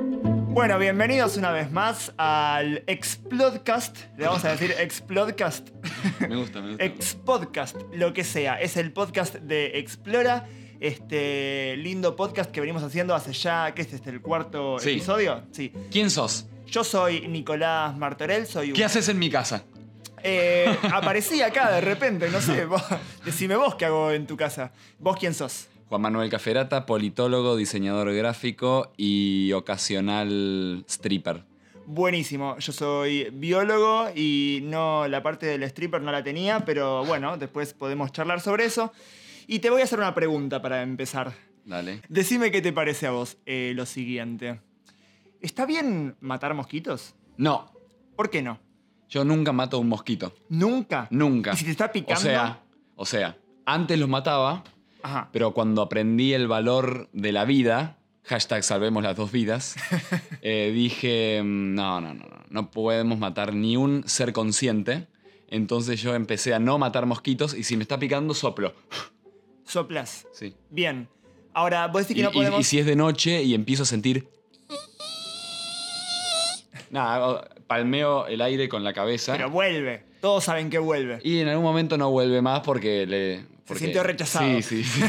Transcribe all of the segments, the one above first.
Bueno, bienvenidos una vez más al Explodcast. Le vamos a decir Explodcast. Me gusta, me gusta. Expodcast, lo que sea. Es el podcast de Explora. Este lindo podcast que venimos haciendo hace ya, ¿qué es este? ¿El cuarto Sí. episodio? Sí. ¿Quién sos? Yo soy Nicolás Martorell, soy un... ¿Qué haces en mi casa? Eh, aparecí acá de repente, no sé. vos- decime vos qué hago en tu casa. ¿Vos quién sos? Juan Manuel Caferata, politólogo, diseñador gráfico y ocasional stripper. Buenísimo, yo soy biólogo y no la parte del stripper no la tenía, pero bueno, después podemos charlar sobre eso. Y te voy a hacer una pregunta para empezar. Dale. Decime qué te parece a vos eh, lo siguiente. ¿Está bien matar mosquitos? No, ¿Por qué no? yo nunca mato a un mosquito. Nunca. Nunca. ¿Y si te está picando? O sea, o sea, antes los mataba, Ajá. pero cuando aprendí el valor de la vida, hashtag salvemos las dos vidas, eh, dije, mm, no, no, no, no, no podemos matar ni un ser consciente. Entonces yo empecé a no matar mosquitos y si me está picando, soplo. Soplas. Sí. Bien. Ahora, vos decís que Y, no y- podemos. y si es de noche y empiezo a sentir... Nada, o- palmeo el aire con la cabeza. Pero vuelve. Todos saben que vuelve. y en algún momento no vuelve más porque le... porque- sintió rechazado. Sí, sí, sí.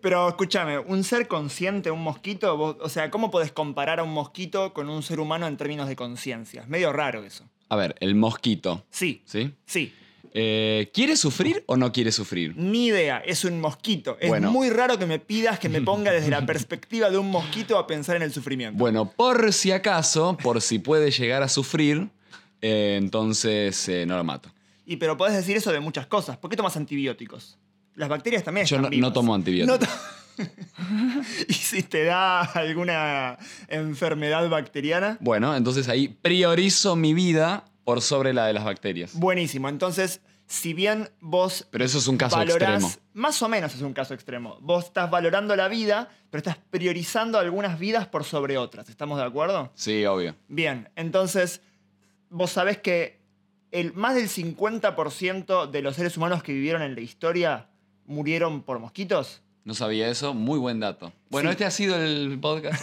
Pero escúchame, un ser consciente, un mosquito, vos- o sea, ¿cómo podés comparar a un mosquito con un ser humano en términos de conciencia? Es medio raro eso. A ver, el mosquito, Sí, ¿sí? sí, Eh, ¿Quiere sufrir o no quiere sufrir? ni idea, es un mosquito. Es Bueno. muy raro que me pidas que me ponga desde la perspectiva de un mosquito a pensar en el sufrimiento. Bueno, por si acaso, por si puede llegar a sufrir, eh, entonces eh, no lo mato. Y pero podés decir eso de muchas cosas. ¿Por qué tomas antibióticos? Las bacterias también Yo están no- no vivas. tomo antibióticos. No to- ¿Y si te da alguna enfermedad bacteriana? Bueno, entonces ahí priorizo mi vida por sobre la de las bacterias. Buenísimo. Entonces, si bien vos Pero eso es un caso valorás- extremo. Más o menos es un caso extremo. Vos estás valorando la vida, pero estás priorizando algunas vidas por sobre otras. ¿Estamos de acuerdo? Sí, obvio. Bien, entonces vos sabés que el, más del 50% de los seres humanos que vivieron en la historia murieron por mosquitos. No sabía eso. Muy buen dato. Sí. Bueno, Eh, este ha sido el podcast.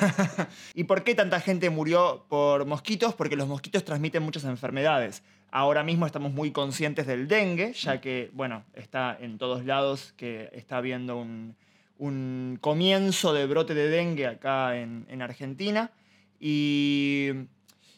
¿Y por qué tanta gente murió por mosquitos? Porque los mosquitos transmiten muchas enfermedades. Ahora mismo estamos muy conscientes del dengue, ya que, bueno, está en todos lados que está habiendo un, un comienzo de brote de dengue acá en, en Argentina. Y,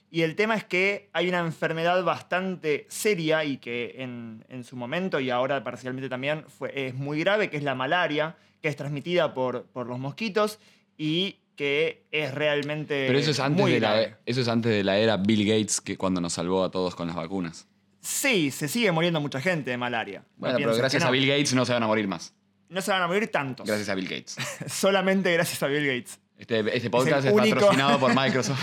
y el tema es que hay una enfermedad bastante seria y que en, en su momento y ahora parcialmente también fue, es muy grave, que es la malaria, que es transmitida por, por los mosquitos y que es realmente Pero eso es, antes muy de la, E. grave. eso es antes de la era Bill Gates, que cuando nos salvó a todos con las vacunas. Sí, se sigue muriendo mucha gente de malaria. No Bueno, pero pienses que gracias no. a Bill Gates no se van a morir más. No se van a morir tantos. Gracias a Bill Gates. Solamente gracias a Bill Gates. Este, este podcast es, único. patrocinado por Microsoft.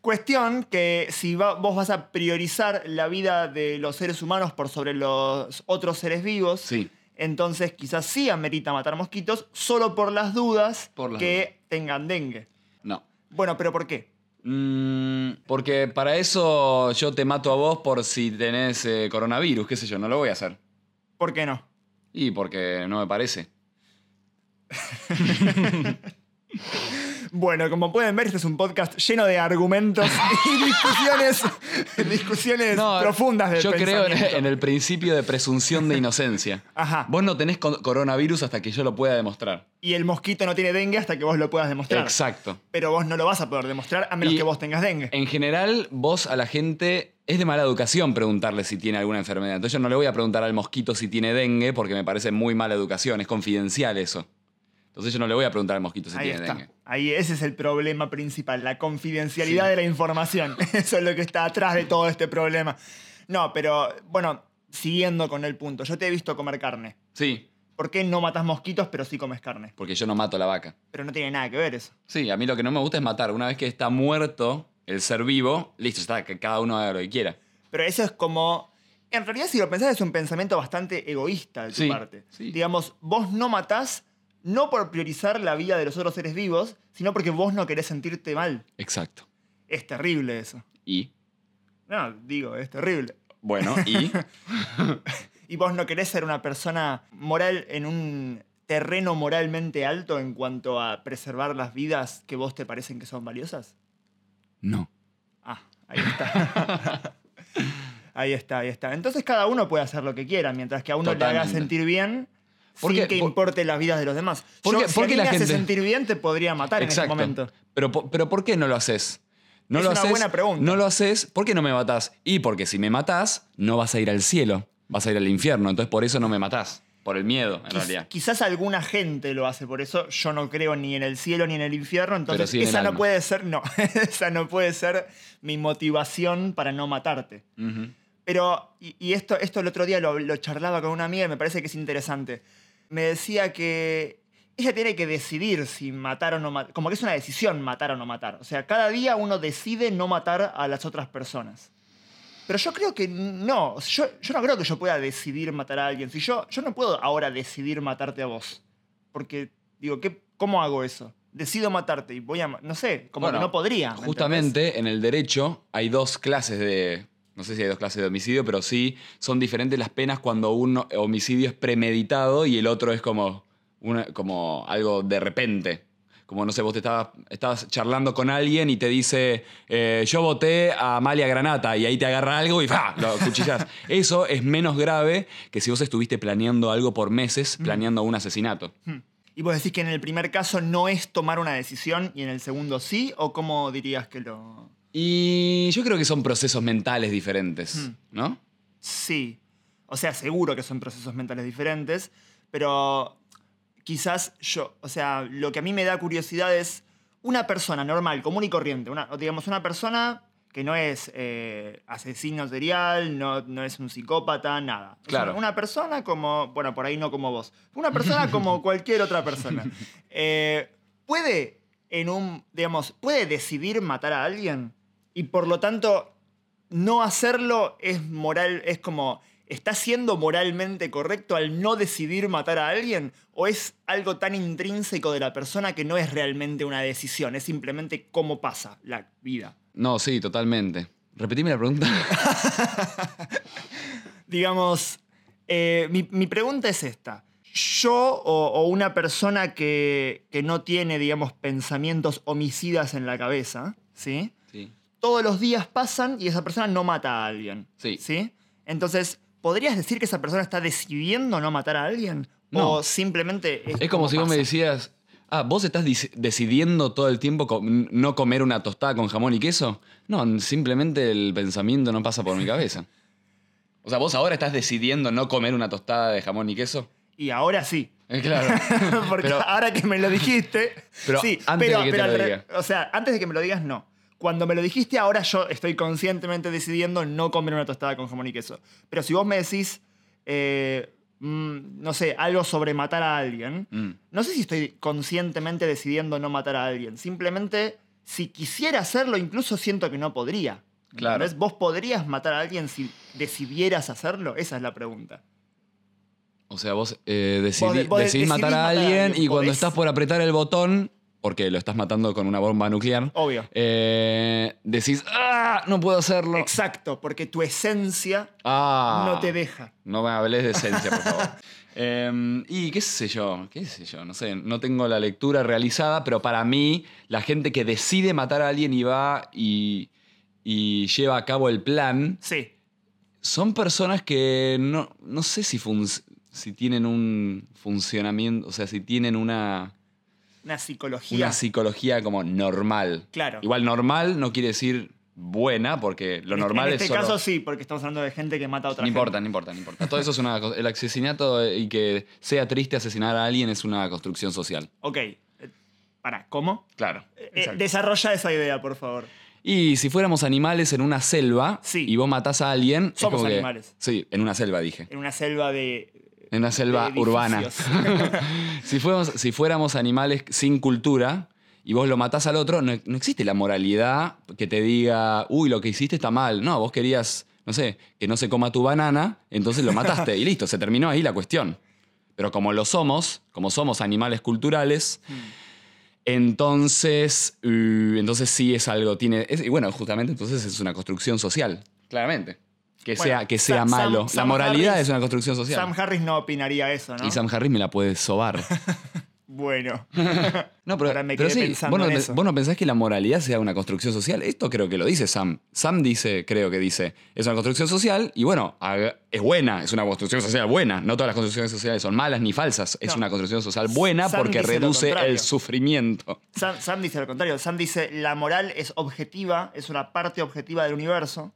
Cuestión que si va- vos vas a priorizar la vida de los seres humanos por sobre los otros seres vivos, Sí. entonces quizás sí amerita matar mosquitos solo por las dudas Por las que tengan dengue. No. Bueno, pero ¿por qué? Mm, porque para eso yo te mato a vos por si tenés eh, coronavirus, qué sé yo, no lo voy a hacer. ¿Por qué no? Y porque no me parece. Bueno, como pueden ver, este es un podcast lleno de argumentos y discusiones, discusiones No, profundas del Yo creo en, pensamiento. en el principio de presunción de inocencia. Ajá. Vos no tenés co- coronavirus hasta que yo lo pueda demostrar. Y el mosquito no tiene dengue hasta que vos lo puedas demostrar. Exacto. Pero vos no lo vas a poder demostrar a menos Y- que vos tengas dengue. En general, vos a la gente es de mala educación preguntarle si tiene alguna enfermedad. Entonces yo no le voy a preguntar al mosquito si tiene dengue porque me parece muy mala educación, es confidencial eso. Entonces yo no le voy a preguntar al mosquito si Ahí tiene está. dengue. Ahí ese es el problema principal, la confidencialidad Sí. de la información. Eso es lo que está atrás de todo este problema. No, pero bueno, siguiendo con el punto, yo te he visto comer carne. Sí, ¿Por qué no matas mosquitos pero sí comes carne? porque yo no mato a la vaca. Pero no tiene nada que ver eso. Sí, a mí lo que no me gusta es matar. Una vez que está muerto el ser vivo, listo, está, que cada uno haga lo que quiera. Pero eso es como... En realidad, si lo pensás, es un pensamiento bastante egoísta de tu Sí, parte. sí. Digamos, vos no matás no por priorizar la vida de los otros seres vivos, sino porque vos no querés sentirte mal. Exacto. Es terrible eso. Y, No, digo, es terrible. bueno, y y vos no querés ser una persona moral en un terreno moralmente alto en cuanto a preservar las vidas que vos te parecen que son valiosas? No. Ah, ahí está. ahí está, ahí está. Entonces cada uno puede hacer lo que quiera, mientras que a uno le haga Totalmente. sentir bien. ¿Por sin qué? que Por- importe las vidas de los demás. ¿Por Yo, qué- si por a qué mí la me hace gente- sentir bien, te podría matar en Exacto. ese momento. Pero, po- pero ¿por qué no lo haces? No Es lo una haces- buena pregunta. No lo haces, ¿por qué no me matás? Y porque si me matás, no vas a ir al cielo, vas a ir al infierno. Entonces por eso no me matás, por el miedo, en Quiz- realidad. Quizás alguna gente lo hace por eso. Yo no creo ni en el cielo ni en el infierno. Entonces, sí en el esa no alma. puede ser, no. esa no puede ser mi motivación para no matarte. Ujú. Pero, y, y esto, esto el otro día lo, lo charlaba con una amiga y me parece que es interesante. Me decía que ella tiene que decidir si matar o no matar. Como que es una decisión matar o no matar. O sea, cada día uno decide no matar a las otras personas. Pero yo creo que no. O sea, Yo, yo no creo que yo pueda decidir matar a alguien. Si yo, yo no puedo ahora decidir matarte a vos. Porque, digo, ¿qué, ¿cómo hago eso? Decido matarte y voy a. ma- No sé, como Bueno, que no podría. ¿me entendés? Justamente en el derecho hay dos clases de. No sé si hay dos clases de homicidio, pero sí son diferentes las penas cuando un homicidio es premeditado y el otro es como, una- como algo de repente. Como no sé, vos te estabas, estabas charlando con alguien y te dice, eh, yo voté a Amalia Granata y ahí te agarra algo y ¡fa! lo cuchillás. Eso es menos grave que si vos estuviste planeando algo por Mm. meses, planeando un asesinato. Y vos decís que en el primer caso no es tomar una decisión y en el segundo sí, o cómo dirías que lo. Y yo creo que son procesos mentales diferentes, Hmm. ¿no? Sí. O sea, seguro que son procesos mentales diferentes, pero quizás yo, o sea, lo que a mí me da curiosidad es una persona normal, común y corriente, una, o digamos una persona que no es eh, asesino serial, no, no es un psicópata, nada. Es Claro. Una, una persona como, bueno, por ahí no como vos, una persona como cualquier otra persona. Eh, puede, en un, digamos, puede decidir matar a alguien y por lo tanto no hacerlo es moral, es como, ¿está siendo moralmente correcto al no decidir matar a alguien? ¿O es algo tan intrínseco de la persona que no es realmente una decisión? Es simplemente cómo pasa la vida. No, sí, totalmente. Repetime la pregunta. Digamos, eh, mi, mi pregunta es esta. Yo o, o una persona que, que no tiene, digamos, pensamientos homicidas en la cabeza, ¿sí? Sí. todos los días pasan y esa persona no mata a alguien. Sí. Entonces, ¿podrías decir que esa persona está decidiendo no matar a alguien? No. O simplemente. Es, Es como si vos me decías, ah, vos estás dis- decidiendo todo el tiempo com- no comer una tostada con jamón y queso. No, simplemente el pensamiento no pasa por mi cabeza. O sea, vos ahora estás decidiendo no comer una tostada de jamón y queso. Y ahora sí. Eh, claro. Porque Pero- ahora que me lo dijiste. Pero sí, antes pero, de que te pero lo al re- diga. O sea, antes de que me lo digas, no. Cuando me lo dijiste, ahora yo estoy conscientemente decidiendo no comer una tostada con jamón y queso. Pero si vos me decís, eh, mm, no sé, algo sobre matar a alguien, Mm. no sé si estoy conscientemente decidiendo no matar a alguien. Simplemente, si quisiera hacerlo, incluso siento que no podría. Claro. ¿Entendés? ¿Vos podrías matar a alguien si decidieras hacerlo? Esa es la pregunta. O sea, vos, eh, decidi- Vos de- vos de- decidís matar decidís a alguien y cuando podés. estás por apretar el botón, porque lo estás matando con una bomba nuclear, Obvio. eh, decís, ah, no puedo hacerlo. Exacto, porque tu esencia Ah. no te deja. No me hables de esencia, por favor. Em, y qué sé yo, qué sé yo, no sé, no tengo la lectura realizada, pero para mí, la gente que decide matar a alguien y va y, y lleva a cabo el plan, Sí. son personas que no, no sé si, fun- si tienen un funcionamiento, o sea, si tienen una, Una psicología. una psicología como normal. Claro. Igual normal no quiere decir buena, porque lo En- normal en es este solo- caso sí, porque estamos hablando de gente que mata a otra no gente. importa, no importa, no importa. Todo eso es una cosa. El asesinato y que sea triste asesinar a alguien es una construcción social. Ok. eh, Pará, ¿cómo? Claro. Eh, desarrolla esa idea, por favor. Y si fuéramos animales en una selva Sí. y vos matás a alguien. es Somos como que- animales. sí, en una selva dije. En una selva de. En una selva de urbana. edificios. si, fuéramos, si fuéramos animales sin cultura y vos lo matás al otro, no, no existe la moralidad que te diga, uy, lo que hiciste está mal. No, vos querías, no sé, que no se coma tu banana, entonces lo mataste y listo, se terminó ahí la cuestión. Pero como lo somos, como somos animales culturales, Mm. entonces, uh, entonces sí es algo, tiene, es- y bueno, justamente entonces es una construcción social, claramente. que Bueno, sea, que Sa- sea Sam- malo. la Sam moralidad Harris- es una construcción social. Sam Harris no opinaría eso, ¿no? Y Sam Harris me la puede sobar. Bueno. No, pero, Ahora me pero quedé sí, pensando vos no, en pe- eso. vos no pensás que la moralidad sea una construcción social. Esto creo que lo dice Sam. Sam dice, creo que dice, es una construcción social y bueno, haga- es buena, es una construcción social buena. No todas las construcciones sociales son malas ni falsas. Es No. una construcción social buena Sam porque dice lo reduce el contrario. sufrimiento. Sam, Sam dice lo contrario. Sam dice, la moral es objetiva, es una parte objetiva del universo.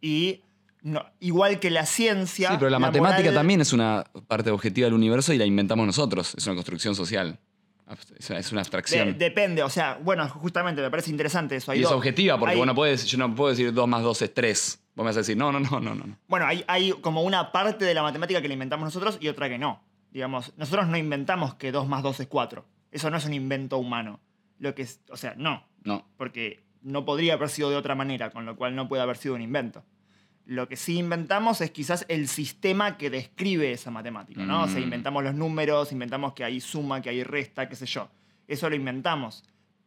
Y no- igual que la ciencia... Sí, pero la, matemática moral- también es una parte objetiva del universo y la inventamos nosotros. Es una construcción social. Abst- Es una, es una de- abstracción. depende, o sea, bueno, justamente me parece interesante eso. Hay y es dos- objetiva porque hay- vos no podés, yo no puedo decir 2 más 2 es 3. Vos me vas a decir, no, no, no, no, no. no. Bueno, hay, hay como una parte de la matemática que la inventamos nosotros y otra que no. Digamos, nosotros no inventamos que 2 más 2 es 4. Eso no es un invento humano. Lo que es, o sea, no, No. porque no podría haber sido de otra manera, con lo cual no puede haber sido un invento. Lo que sí inventamos es quizás el sistema que describe esa matemática, ¿no? O sea, Mm. inventamos los números, inventamos que hay suma, que hay resta, qué sé yo. Eso lo inventamos,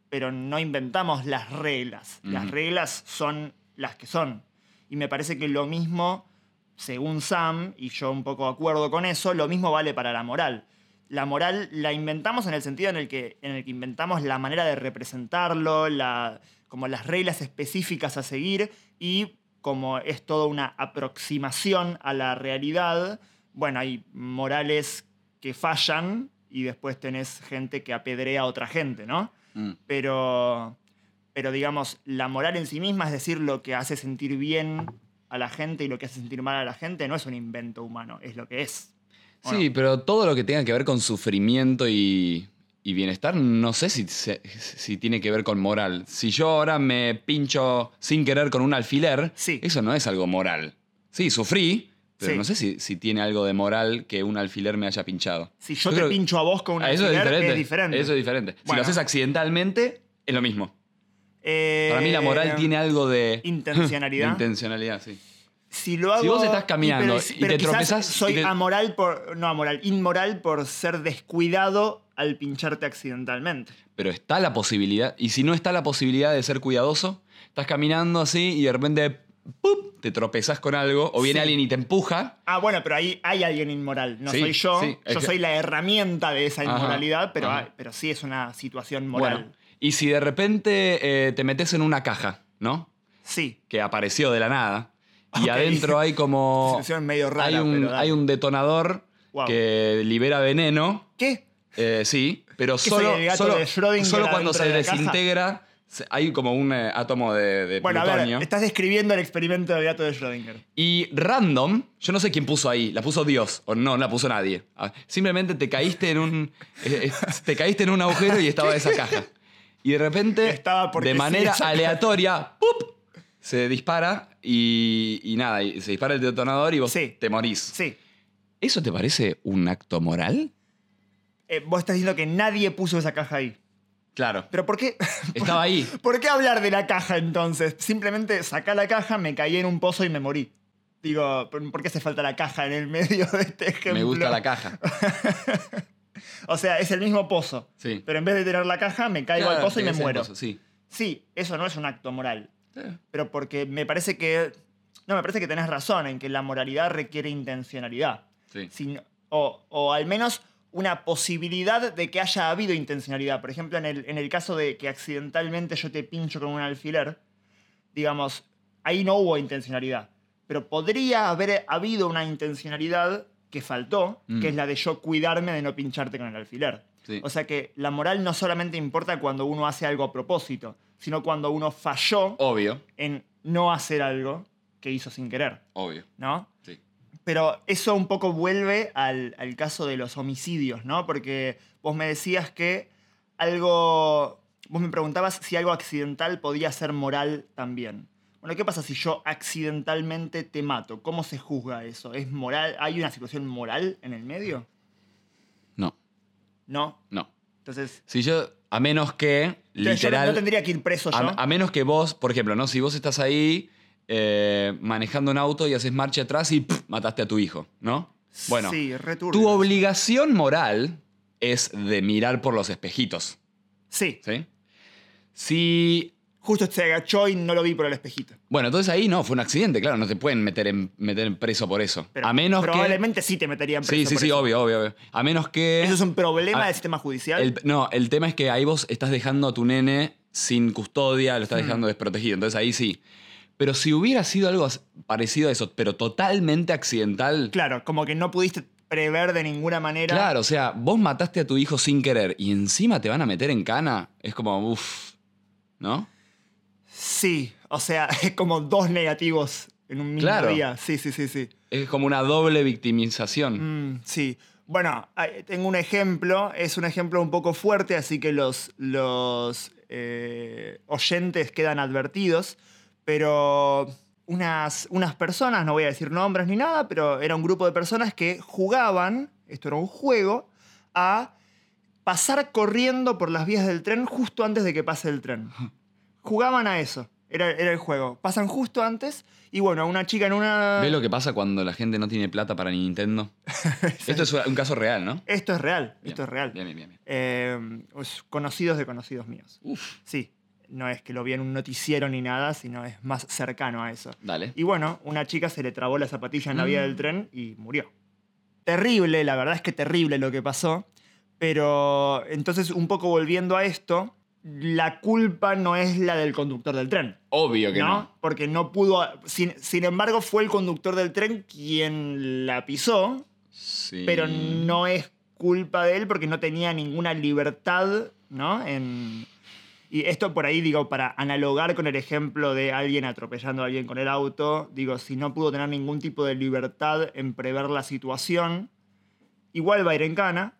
pero no inventamos las reglas. Las Ujú. reglas son las que son. Y me parece que lo mismo, según Sam, y yo un poco de acuerdo con eso, lo mismo vale para la moral. La moral la inventamos en el sentido en el que, en el que inventamos la manera de representarlo, la, como las reglas específicas a seguir y como es toda una aproximación a la realidad, bueno, hay morales que fallan y después tenés gente que apedrea a otra gente, ¿no? Mm. pero, pero digamos, la moral en sí misma, es decir, lo que hace sentir bien a la gente y lo que hace sentir mal a la gente, no es un invento humano, es lo que es. ¿O Sí, pero todo lo que tenga que ver con sufrimiento y, y bienestar, no sé si, se- si tiene que ver con moral. Si yo ahora me pincho sin querer con un alfiler, Sí. eso no es algo moral. Sí, sufrí, pero Sí. no sé si, si tiene algo de moral que un alfiler me haya pinchado. Si yo, Yo te creo- pincho a vos con un Ah, eso es alfiler, diferente. es diferente. Eso es diferente. Si Bueno. lo haces accidentalmente, es lo mismo. Eh, Para mí la moral tiene algo de... intencionalidad. de intencionalidad, sí. si lo hago, Si vos estás y- caminando pero- y pero te quizás tropezás y Soy te- amoral por. No amoral, inmoral por ser descuidado al pincharte accidentalmente. pero está la posibilidad. Y si no está la posibilidad de ser cuidadoso, estás caminando así y de repente ¡pup! te tropezás con algo o viene Sí. alguien y te empuja. Ah, bueno, pero ahí hay alguien inmoral. No Sí, soy yo. sí, es yo que- soy la herramienta de esa Ajá, inmoralidad, pero, ajá. ah, pero sí es una situación moral. Bueno, y si de repente eh, te metes en una caja, ¿no? Sí. Que apareció de la nada. Y Ok. adentro hay como... Situación medio rara, Oh, hay, un, pero dale. hay un detonador Wow. que libera veneno. ¿Qué? Eh, sí, pero soy solo, el gato solo, de Schrödinger solo cuando adentro se de la caja? desintegra se- hay como un eh, átomo de, de Bueno, a plutonio. ver, estás describiendo el experimento del gato de Schrödinger. Y random, yo no sé quién puso ahí, la puso Dios, o no, no la puso nadie. Ah, Simplemente te caíste en un. eh, eh, te caíste en un agujero y estaba esa caja. Y de repente, Estaba porque de sí, manera esa caja. aleatoria, ¡pup! se dispara y, y nada, y se dispara el detonador y vos Sí. te morís. Sí. ¿Eso te parece un acto moral? Eh, vos estás diciendo que nadie puso esa caja ahí. Claro. Pero ¿por qué? Estaba ahí. ¿Por qué hablar de la caja entonces? Simplemente sacar la caja, me caí en un pozo y me morí. Digo, ¿por qué hace falta la caja en el medio de este ejemplo? Me gusta la caja. O sea, es el mismo pozo. Sí. Pero en vez de tener la caja, me caigo Claro, al pozo y te me ves en muero. pozo, sí. Sí, eso no es un acto moral. Eh, Pero porque me parece que. No, me parece que tenés razón en que la moralidad requiere intencionalidad. sí. Sin- o, o al menos una posibilidad de que haya habido intencionalidad. Por ejemplo, en el, en el caso de que accidentalmente yo te pincho con un alfiler, digamos, ahí no hubo intencionalidad. Pero podría haber habido una intencionalidad que faltó, Mm. que es la de yo cuidarme de no pincharte con el alfiler. Sí. O sea que la moral no solamente importa cuando uno hace algo a propósito, sino cuando uno falló Obvio, en no hacer algo que hizo sin querer, obvio. ¿no? Sí. Pero eso un poco vuelve al, al caso de los homicidios, ¿no? Porque vos me decías que algo. Vos me preguntabas si algo accidental podía ser moral también. Bueno, ¿qué pasa si yo accidentalmente te mato? ¿Cómo se juzga eso? ¿Es moral? ¿Hay una situación moral en el medio? No, No. no. Entonces. Si yo, a menos que, entonces yo literal, no tendría que ir preso yo. a, a menos que vos, por ejemplo, ¿no? Si vos estás ahí eh, manejando un auto y haces marcha atrás y ¡puf! mataste a tu hijo, ¿no? Bueno, sí, returbio. tu obligación moral es de mirar por los espejitos, Sí, ¿sí? Si justo se agachó y no lo vi por el espejito. Bueno, entonces ahí no, fue un accidente, claro, no te pueden meter en, meter en preso por eso. Pero a menos que. probablemente sí te meterían preso. Sí, sí, por sí, eso. obvio, obvio, obvio. A menos que. Eso es un problema Ah, del sistema judicial. El- no, el tema es que ahí vos estás dejando a tu nene sin custodia, lo estás Hmm. dejando desprotegido. Entonces ahí sí. Pero si hubiera sido algo as- parecido a eso, pero totalmente accidental. Claro, como que no pudiste prever de ninguna manera. Claro, o sea, vos mataste a tu hijo sin querer y encima te van a meter en cana. Es como, uff, ¿no? Sí, o sea, es como dos negativos en un mismo Claro. día. Sí, sí, sí, sí. Es como una doble victimización. Mm, sí. Bueno, ahí tengo un ejemplo, es un ejemplo un poco fuerte, así que los, los eh, oyentes quedan advertidos, pero unas, unas personas, no voy a decir nombres ni nada, pero era un grupo de personas que jugaban, esto era un juego, a pasar corriendo por las vías del tren justo antes de que pase el tren. Jugaban a eso, era, era el juego. Pasan justo antes y bueno, una chica en una... ¿Ves lo que pasa cuando la gente no tiene plata para Nintendo? Esto es un caso real, ¿no? Esto es real, esto Bien, es real. Bien, bien, bien, bien. Eh, pues, conocidos de conocidos míos. Uf, Sí, no es que lo vi en un noticiero ni nada, sino es más cercano a eso. dale. Y bueno, una chica se le trabó la zapatilla en la vía Mm. del tren y murió. Terrible, la verdad es que terrible lo que pasó. Pero entonces, un poco volviendo a esto, la culpa no es la del conductor del tren. Obvio que ¿no? no. Porque no pudo. Sin, sin embargo, fue el conductor del tren quien la pisó Sí. pero no es culpa de él porque no tenía ninguna libertad, ¿no? En- y esto por ahí, digo, para analogar con el ejemplo de alguien atropellando a alguien con el auto, digo, si no pudo tener ningún tipo de libertad en prever la situación, igual va a ir en cana.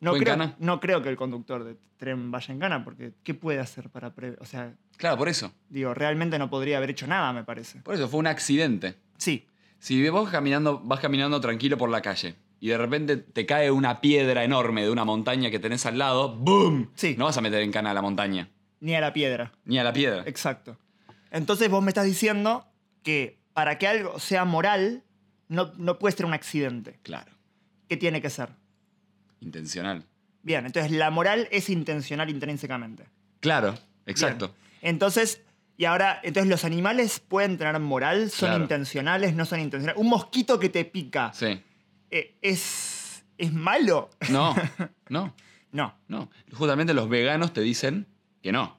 No, ¿Fue en creo, cana? no creo que el conductor de tren vaya en cana, porque ¿qué puede hacer para prever? O sea, Claro, por eso. digo, realmente no podría haber hecho nada, me parece. Por eso, fue un accidente. Sí, Si vos caminando, vas caminando tranquilo por la calle y de repente te cae una piedra enorme de una montaña que tenés al lado, ¡boom! Sí. No vas a meter en cana a la montaña, ni a la piedra. ni a la piedra. Exacto. Entonces vos me estás diciendo que para que algo sea moral, no, no puede ser un accidente. Claro, ¿Qué tiene que ser? intencional. Bien, entonces la moral es intencional intrínsecamente. Claro, exacto. Bien. Entonces, y ahora, entonces los animales pueden tener moral, son Claro. intencionales, no son intencionales. Un mosquito que te pica, Sí. eh, ¿es, ¿es malo? No, no, No. no. Justamente los veganos te dicen que no.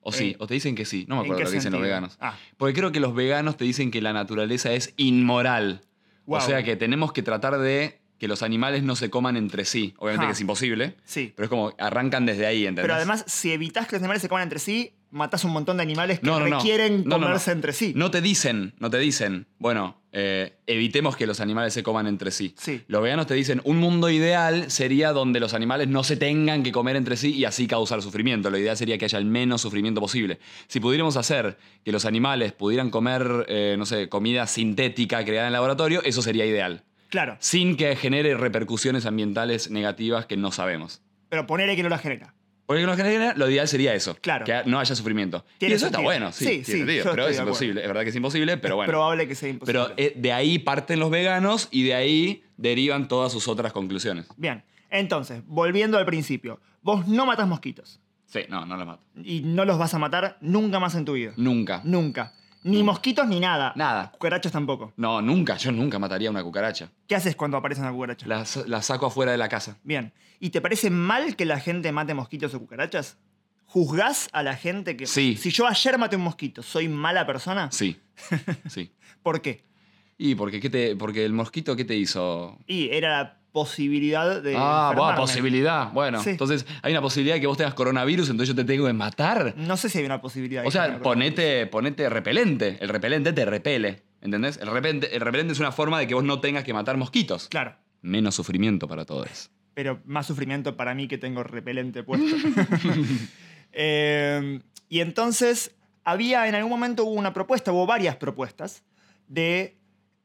O sí, Eh, o te dicen que sí. No me ¿En acuerdo qué lo que dicen los sentido? veganos. Ah, Porque creo que los veganos te dicen que la naturaleza es inmoral. Wow. O sea que tenemos que tratar de que los animales no se coman entre sí. Obviamente Ajá. que es imposible, sí. pero es como arrancan desde ahí, ¿entendés? Ah. Pero además, si evitas que los animales se coman entre sí, matas un montón de animales que No, no, no. requieren No, no, no. comerse entre sí. No te dicen, no te dicen, bueno, eh, evitemos que los animales se coman entre sí. Sí. Los veganos te dicen, un mundo ideal sería donde los animales no se tengan que comer entre sí y así causar sufrimiento. Lo ideal sería que haya el menos sufrimiento posible. Si pudiéramos hacer que los animales pudieran comer, eh, no sé, comida sintética creada en laboratorio, eso sería ideal. Claro. Sin que genere repercusiones ambientales negativas que no sabemos. Pero ponerle que no la genera. Porque lo general, lo ideal sería eso. Claro. Que no haya sufrimiento. Tiene y eso está sentido. bueno, sí. Sí, tiene sí, sentido, yo pero estoy es de acuerdo. imposible. Es verdad que es imposible, pero bueno. Probable que sea imposible. Pero eh, de ahí parten los veganos y de ahí derivan todas sus otras conclusiones. Bien, entonces, volviendo al principio. Vos no matás mosquitos. Sí, no, no los mato. Y no los vas a matar nunca más en tu vida. Nunca. Nunca. Ni mosquitos ni nada. Nada. Cucarachas tampoco. No, nunca. Yo nunca mataría una cucaracha. ¿Qué haces cuando aparece una cucaracha? La, sa- la saco afuera de la casa. Bien. ¿Y te parece mal que la gente mate mosquitos o cucarachas? ¿Juzgás a la gente que... Sí. Si yo ayer maté un mosquito, ¿soy mala persona? Sí. Sí. ¿Por qué? ¿Y porque, qué te, porque el mosquito qué te hizo? Y era la posibilidad de... ah, buah, Eh, enfermarme. posibilidad. Bueno, Sí. entonces hay una posibilidad de que vos tengas coronavirus, entonces yo te tengo que matar. No sé si hay una posibilidad. de O que sea, tenga ponete, ponete repelente. El repelente te repele. ¿Entendés? El repelente, el repelente es una forma de que vos no tengas que matar mosquitos. Claro. Menos sufrimiento para todos. pero más sufrimiento para mí que tengo repelente puesto. Eh, y entonces había en algún momento hubo una propuesta, hubo varias propuestas de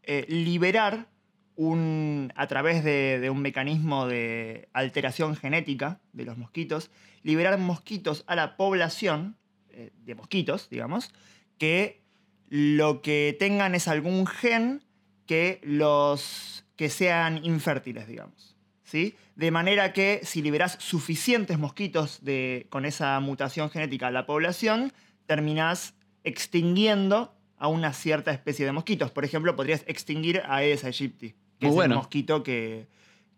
eh, liberar un, a través de, de un mecanismo de alteración genética de los mosquitos, liberar mosquitos a la población eh, de mosquitos, digamos, que lo que tengan es algún gen que los que sean infértiles, digamos. ¿sí? De manera que si liberás suficientes mosquitos de, con esa mutación genética a la población, terminás extinguiendo a una cierta especie de mosquitos. Por ejemplo, podrías extinguir a Aedes aegypti, que Muy es bueno. el mosquito que,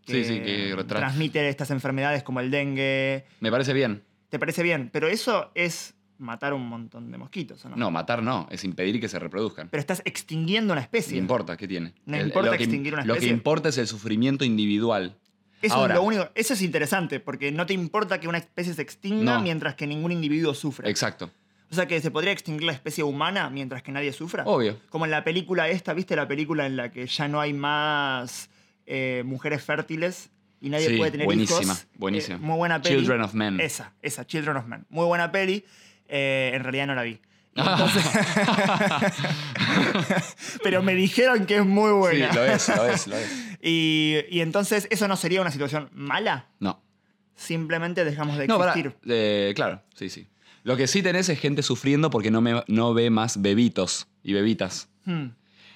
Sí, sí, que tra- transmite estas enfermedades como el dengue. Me parece bien. ¿Te parece bien? Pero eso es matar un montón de mosquitos, ¿o no? No, matar no, es impedir que se reproduzcan. Pero estás extinguiendo una No especie. importa, ¿qué tiene? No El- importa lo que, extinguir una Lo que especie. importa es el sufrimiento individual. Eso Ahora. es lo único. Eso es interesante, porque no te importa que una especie se extinga No. mientras que ningún individuo sufra. Exacto. O sea que se podría extinguir la especie humana mientras que nadie sufra. Obvio. Como en la película esta, ¿viste la película en la que ya no hay más eh, mujeres fértiles y nadie Sí, puede tener buenísima, hijos? buenísima. Eh, muy buena peli. Children of Men. Esa, esa, Children of Men. Muy buena peli. Eh, en realidad no la vi. Y entonces- Pero me dijeron que es muy Sí, buena. lo es, lo es, lo es. y, y entonces, ¿eso no sería una situación mala? No. Simplemente dejamos de No, pará. existir. Eh, claro, sí, sí. Lo que sí tenés es gente sufriendo porque no, me- no ve más bebitos y bebitas. Hmm.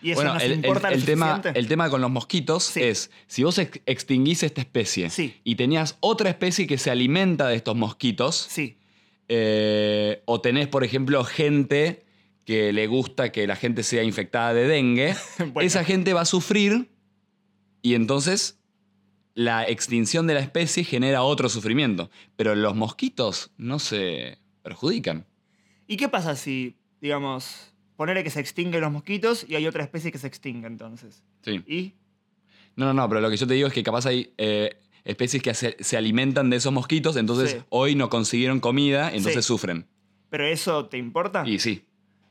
Y eso bueno, nos el, el- importa lo el tema, suficiente? el tema con los mosquitos Sí. es, si vos ex- extinguís esta especie Sí. y tenías otra especie que se alimenta de estos mosquitos, Sí. Eh, o tenés, por ejemplo, gente que le gusta que la gente sea infectada de dengue. Bueno. Esa gente va a sufrir y entonces la extinción de la especie genera otro sufrimiento. Pero los mosquitos no se perjudican. ¿Y qué pasa si, digamos, ponerle que se extinguen los mosquitos y hay otra especie que se extingue entonces? Sí. ¿Y? No, no, no, pero lo que yo te digo es que capaz hay eh, especies que se, se alimentan de esos mosquitos, entonces Sí. hoy no consiguieron comida, entonces Sí. Ah. sufren. ¿Pero eso te importa? Y sí.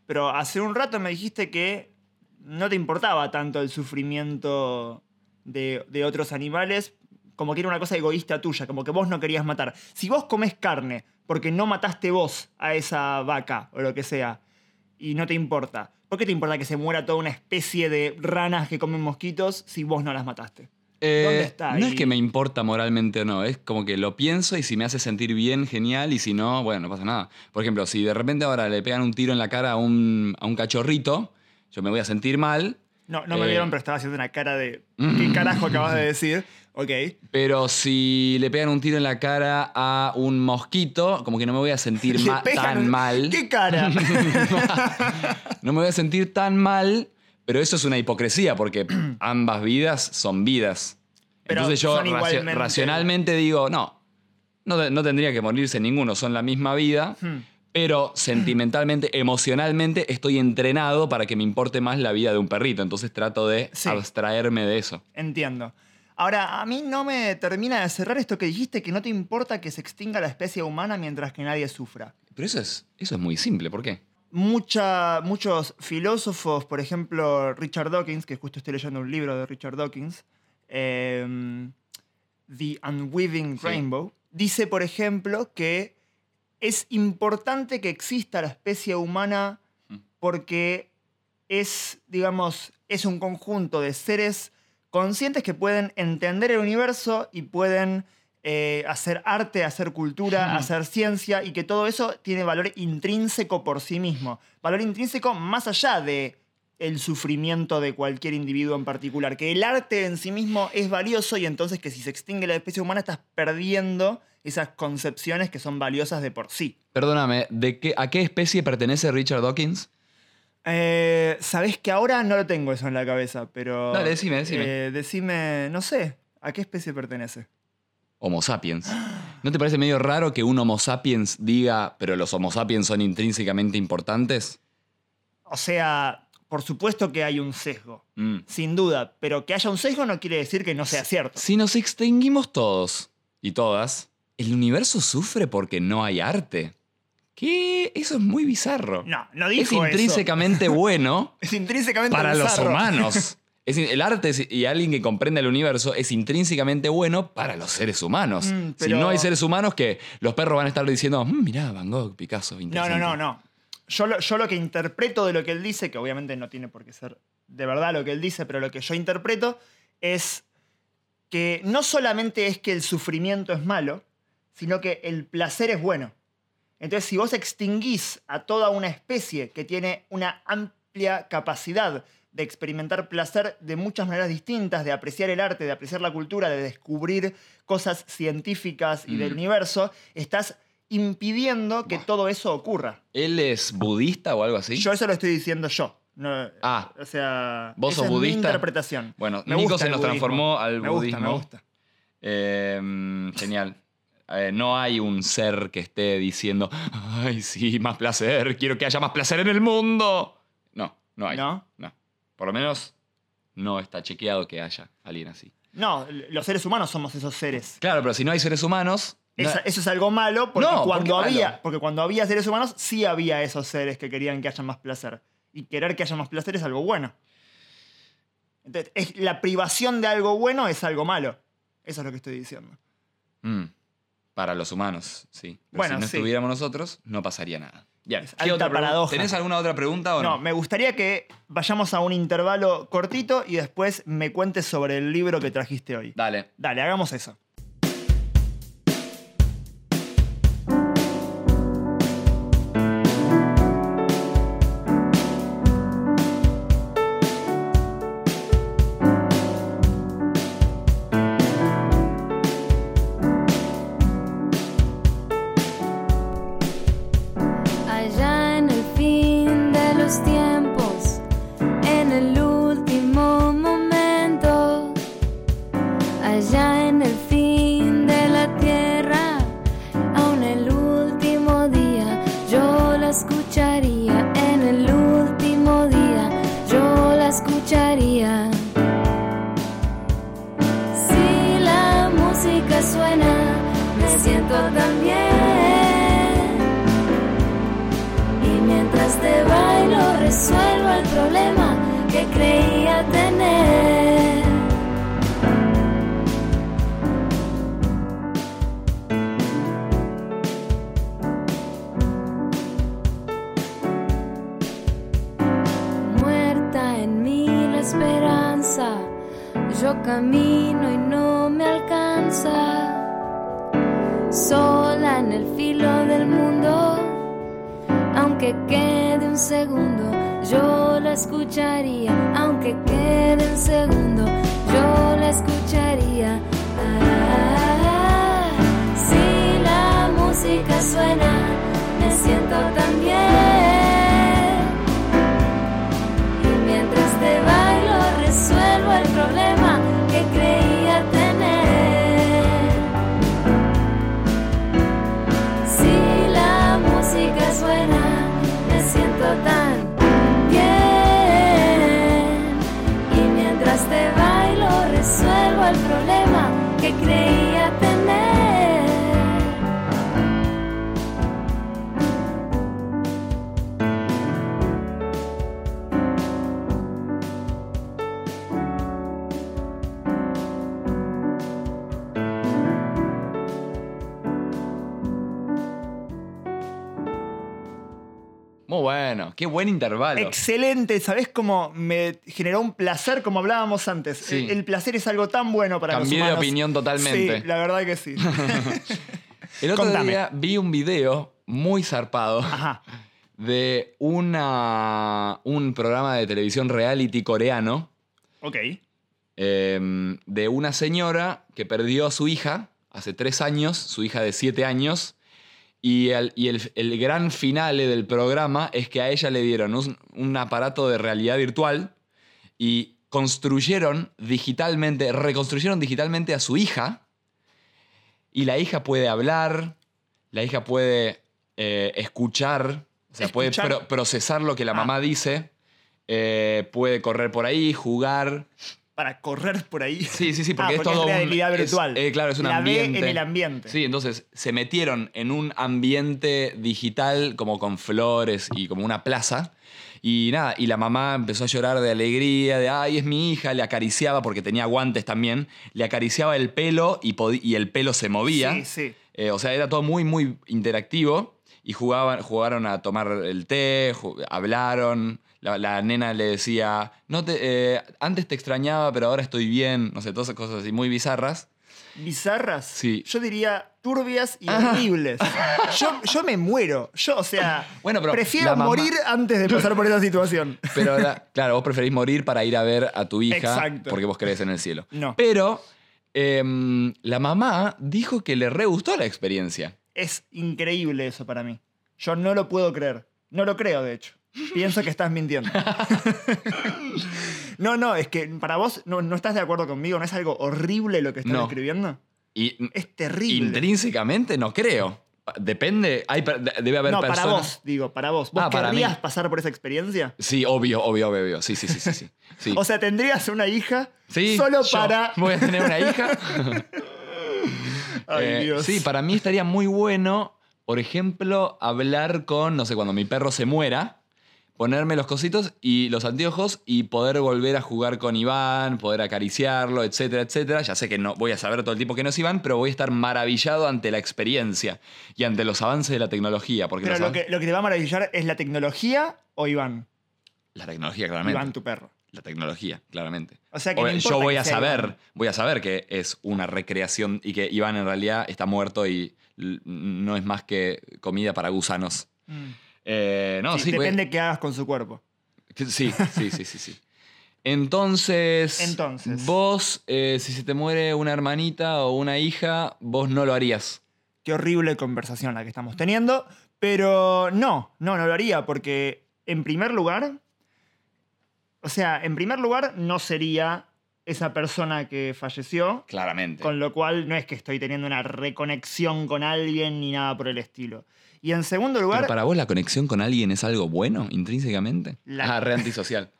Pero hace un rato me dijiste que no te importaba tanto el sufrimiento de, de otros animales, como que era una cosa egoísta tuya, como que vos no querías matar. Si vos comes carne porque no mataste vos a esa vaca o lo que sea, y no te importa, ¿por qué te importa que se muera toda una especie de ranas que comen mosquitos si vos no las mataste? Eh, está No ahí? es que me importa moralmente o no, es como que lo pienso y si me hace sentir bien, genial, y si no, bueno, no pasa nada. Por ejemplo, si de repente ahora le pegan un tiro en la cara a un, a un cachorrito, yo me voy a sentir mal, No, no me Eh. vieron, pero estaba haciendo una cara de. ¿Qué carajo acabas de decir? Ok. pero si le pegan un tiro en la cara a un mosquito, como que no me voy a sentir Le ma- pegan tan un- mal. ¿Qué cara? No me voy a sentir tan mal, pero eso es una hipocresía porque ambas vidas son vidas. Pero Entonces yo son racio- igualmente- racionalmente digo, no, no, te- no tendría que morirse ninguno, son la misma vida, pero sentimentalmente, emocionalmente estoy entrenado para que me importe más la vida de un perrito, entonces trato de Sí. abstraerme de eso. Entiendo. Ahora, a mí no me termina de cerrar esto que dijiste que no te importa que se extinga la especie humana mientras que nadie sufra. Pero eso es, eso es muy simple, ¿por qué? Mucha- muchos filósofos, por ejemplo Richard Dawkins, que justo estoy leyendo un libro de Richard Dawkins, eh, The Unweaving Sí. Rainbow, dice, por ejemplo, que es importante que exista la especie humana Mm. porque es, digamos, es un conjunto de seres conscientes que pueden entender el universo y pueden eh, hacer arte, hacer cultura, hacer ciencia y que todo eso tiene valor intrínseco por sí mismo. Valor intrínseco más allá de el sufrimiento de cualquier individuo en particular. Que el arte en sí mismo es valioso y entonces que si se extingue la especie humana estás perdiendo esas concepciones que son valiosas de por sí. Perdóname, ¿de qué, ¿a qué especie pertenece Richard Dawkins? Eh, Sabés que ahora no lo tengo eso en la cabeza, pero... Dale, decime, decime. Eh, decime, no sé, ¿a qué especie pertenece? Homo sapiens. ¿No te parece medio raro que un Homo sapiens diga, pero los Homo sapiens son intrínsecamente importantes? O sea, por supuesto que hay un sesgo, Mm. sin duda, pero que haya un sesgo no quiere decir que no sea cierto. Si nos extinguimos todos y todas, el universo sufre porque no hay arte. ¿Qué? Eso es muy bizarro. No, no dijo es eso. intrínsecamente bueno Es intrínsecamente para los bizarro. humanos. Es in- el arte es- y alguien que comprenda el universo es intrínsecamente bueno para los seres humanos. Mm, Si pero- no hay seres humanos que los perros van a estar diciendo, "Mm, mirá, Van Gogh, Picasso, No, no, interesante". no, no. Yo lo, yo lo que interpreto de lo que él dice, que obviamente no tiene por qué ser de verdad lo que él dice, pero lo que yo interpreto es que no solamente es que el sufrimiento es malo, sino que el placer es bueno. Entonces, si vos extinguís a toda una especie que tiene una amplia capacidad de experimentar placer de muchas maneras distintas, de apreciar el arte, de apreciar la cultura, de descubrir cosas científicas y del Mm. universo, estás impidiendo que Buah. todo eso ocurra. ¿Él es budista o algo así? Yo eso lo estoy diciendo yo. No, Ah. O sea, ¿Vos esa sos es mi budista? interpretación. Bueno, Me Nico gusta se el nos budismo. transformó al me budismo. gusta, me gusta. Eh, genial. Eh, no hay un ser que esté diciendo, ay, sí, más placer, quiero que haya más placer en el mundo. No, no hay. ¿No? No. Por lo menos no está chequeado que haya alguien así. No, los seres humanos somos esos seres. Claro, pero si no hay seres humanos... no- Esa- eso es algo malo porque, No, ¿por cuando qué había, malo? porque cuando había seres humanos sí había esos seres que querían que haya más placer. Y querer que haya más placer es algo bueno. Entonces, es- la privación de algo bueno es algo malo. Eso es lo que estoy diciendo. Mm, para los humanos, sí. Pero Bueno, si no sí. estuviéramos nosotros, no pasaría nada. Bien. Es ¿qué alta otra pregunta? paradoja. ¿Tenés alguna otra pregunta o no? No, me gustaría que vayamos a un intervalo cortito y después me cuentes sobre el libro que trajiste hoy. Dale. Dale, hagamos eso. Allá en el fin de los tiempos, en el último momento. Allá en el fin de la tierra, aún el último día, yo la escucharía. En el último día, yo la escucharía. Si la música suena, me siento tan bien. Y mientras te bailo resuelvo el problema que creía tener. Muerta en mí la esperanza, yo camino y no me alcanza. Sola en el filo del mundo aunque quede un segundo, yo la escucharía, aunque quede un segundo, yo la escucharía. Ah, si la música suena, me siento tan bien. Y mientras te bailo, resuelvo el problema que creía tener. Si la música suena, me siento tan bien. Y mientras te bailo, resuelvo el problema que creía tener. Muy bueno. Qué buen intervalo. Excelente, ¿sabes cómo me generó un placer como hablábamos antes? Sí. El, el placer es algo tan bueno para Cambié de los humanos. opinión totalmente. Sí, la verdad que sí. El otro Contame. día vi un video muy zarpado Ajá. de una, un programa de televisión reality coreano Ok. eh, de una señora que perdió a su hija hace tres años, su hija de siete años, y el, y el- el gran finale del programa es que a ella le dieron un, un aparato de realidad virtual y construyeron digitalmente, reconstruyeron digitalmente a su hija, y la hija puede hablar, la hija puede eh, escuchar, o sea, puede Escuchar. pro- procesar lo que la Ah. mamá dice, eh, puede correr por ahí, jugar. Para correr por ahí. Sí, sí, sí, Ah, porque, es porque todo es un- realidad es- virtual. eh, claro, es un La ve ambiente. en el ambiente. Sí, entonces se metieron en un ambiente digital como con flores y como una plaza. Y nada, y la mamá empezó a llorar de alegría, de ay, es mi hija, le acariciaba porque tenía guantes también, le acariciaba el pelo y, podi- y el pelo se movía. Sí, sí. Eh, o sea, era todo muy, muy interactivo. Y jugaban, jugaron a tomar el té, ju- hablaron. La, la nena le decía, no te, eh, antes te extrañaba, pero ahora estoy bien. No sé, todas esas cosas así muy bizarras. Bizarras. Sí. Yo diría turbias y Ah. horribles. Yo, yo me muero. Yo, o sea, Bueno, pero prefiero la mamá- morir antes de pasar por esa situación. Pero la- claro, vos preferís morir para ir a ver a tu hija Exacto. porque vos crees en el cielo. No. Pero em, la mamá dijo que le re gustó la experiencia. Es increíble eso para mí. Yo no lo puedo creer. No lo creo, de hecho. Pienso que estás mintiendo. no, no, es que para vos no, no estás de acuerdo conmigo. ¿No es algo horrible lo que estás No. escribiendo? Y Es terrible. intrínsecamente no creo. Depende, hay, per- debe haber no, personas. para vos, digo, para vos. ¿Vos Ah, para mí. querrías pasar por esa experiencia? Sí, obvio, obvio, obvio, obvio. Sí, sí, sí, sí. sí. Sí. O sea, ¿tendrías una hija Sí, solo yo Eh, para... Voy a tener una hija. Ay, Eh, Dios. Sí, para mí estaría muy bueno, por ejemplo, hablar con, no sé, cuando mi perro se muera, ponerme los cositos y los anteojos y poder volver a jugar con Iván, poder acariciarlo, etcétera, etcétera. Ya sé que no voy a saber todo el tiempo que no es Iván, pero voy a estar maravillado ante la experiencia y ante los avances de la tecnología. Porque Pero los lo avan- que, lo que te va a maravillar es la tecnología o Iván. La tecnología, claramente. Iván, tu perro. La tecnología, claramente. O sea, que no Obvio, importa eh, yo voy que a sea saber, Iván. voy a saber que es una recreación y que Iván en realidad está muerto y l- no es más que comida para gusanos. Mm. Eh, no, Sí, sí, voy- depende qué hagas con su cuerpo. que- sí, sí, sí, sí, sí. Entonces, Entonces. vos, eh, si se te muere una hermanita o una hija, vos no lo harías. Qué horrible conversación la que estamos teniendo. Pero no, no, no lo haría porque en primer lugar, o sea, en primer lugar no sería esa persona que falleció, Claramente. con lo cual no es que estoy teniendo una reconexión con alguien ni nada por el estilo. Y en segundo lugar, Pero para vos la conexión con alguien es algo bueno, intrínsecamente. La- Ah, re antisocial.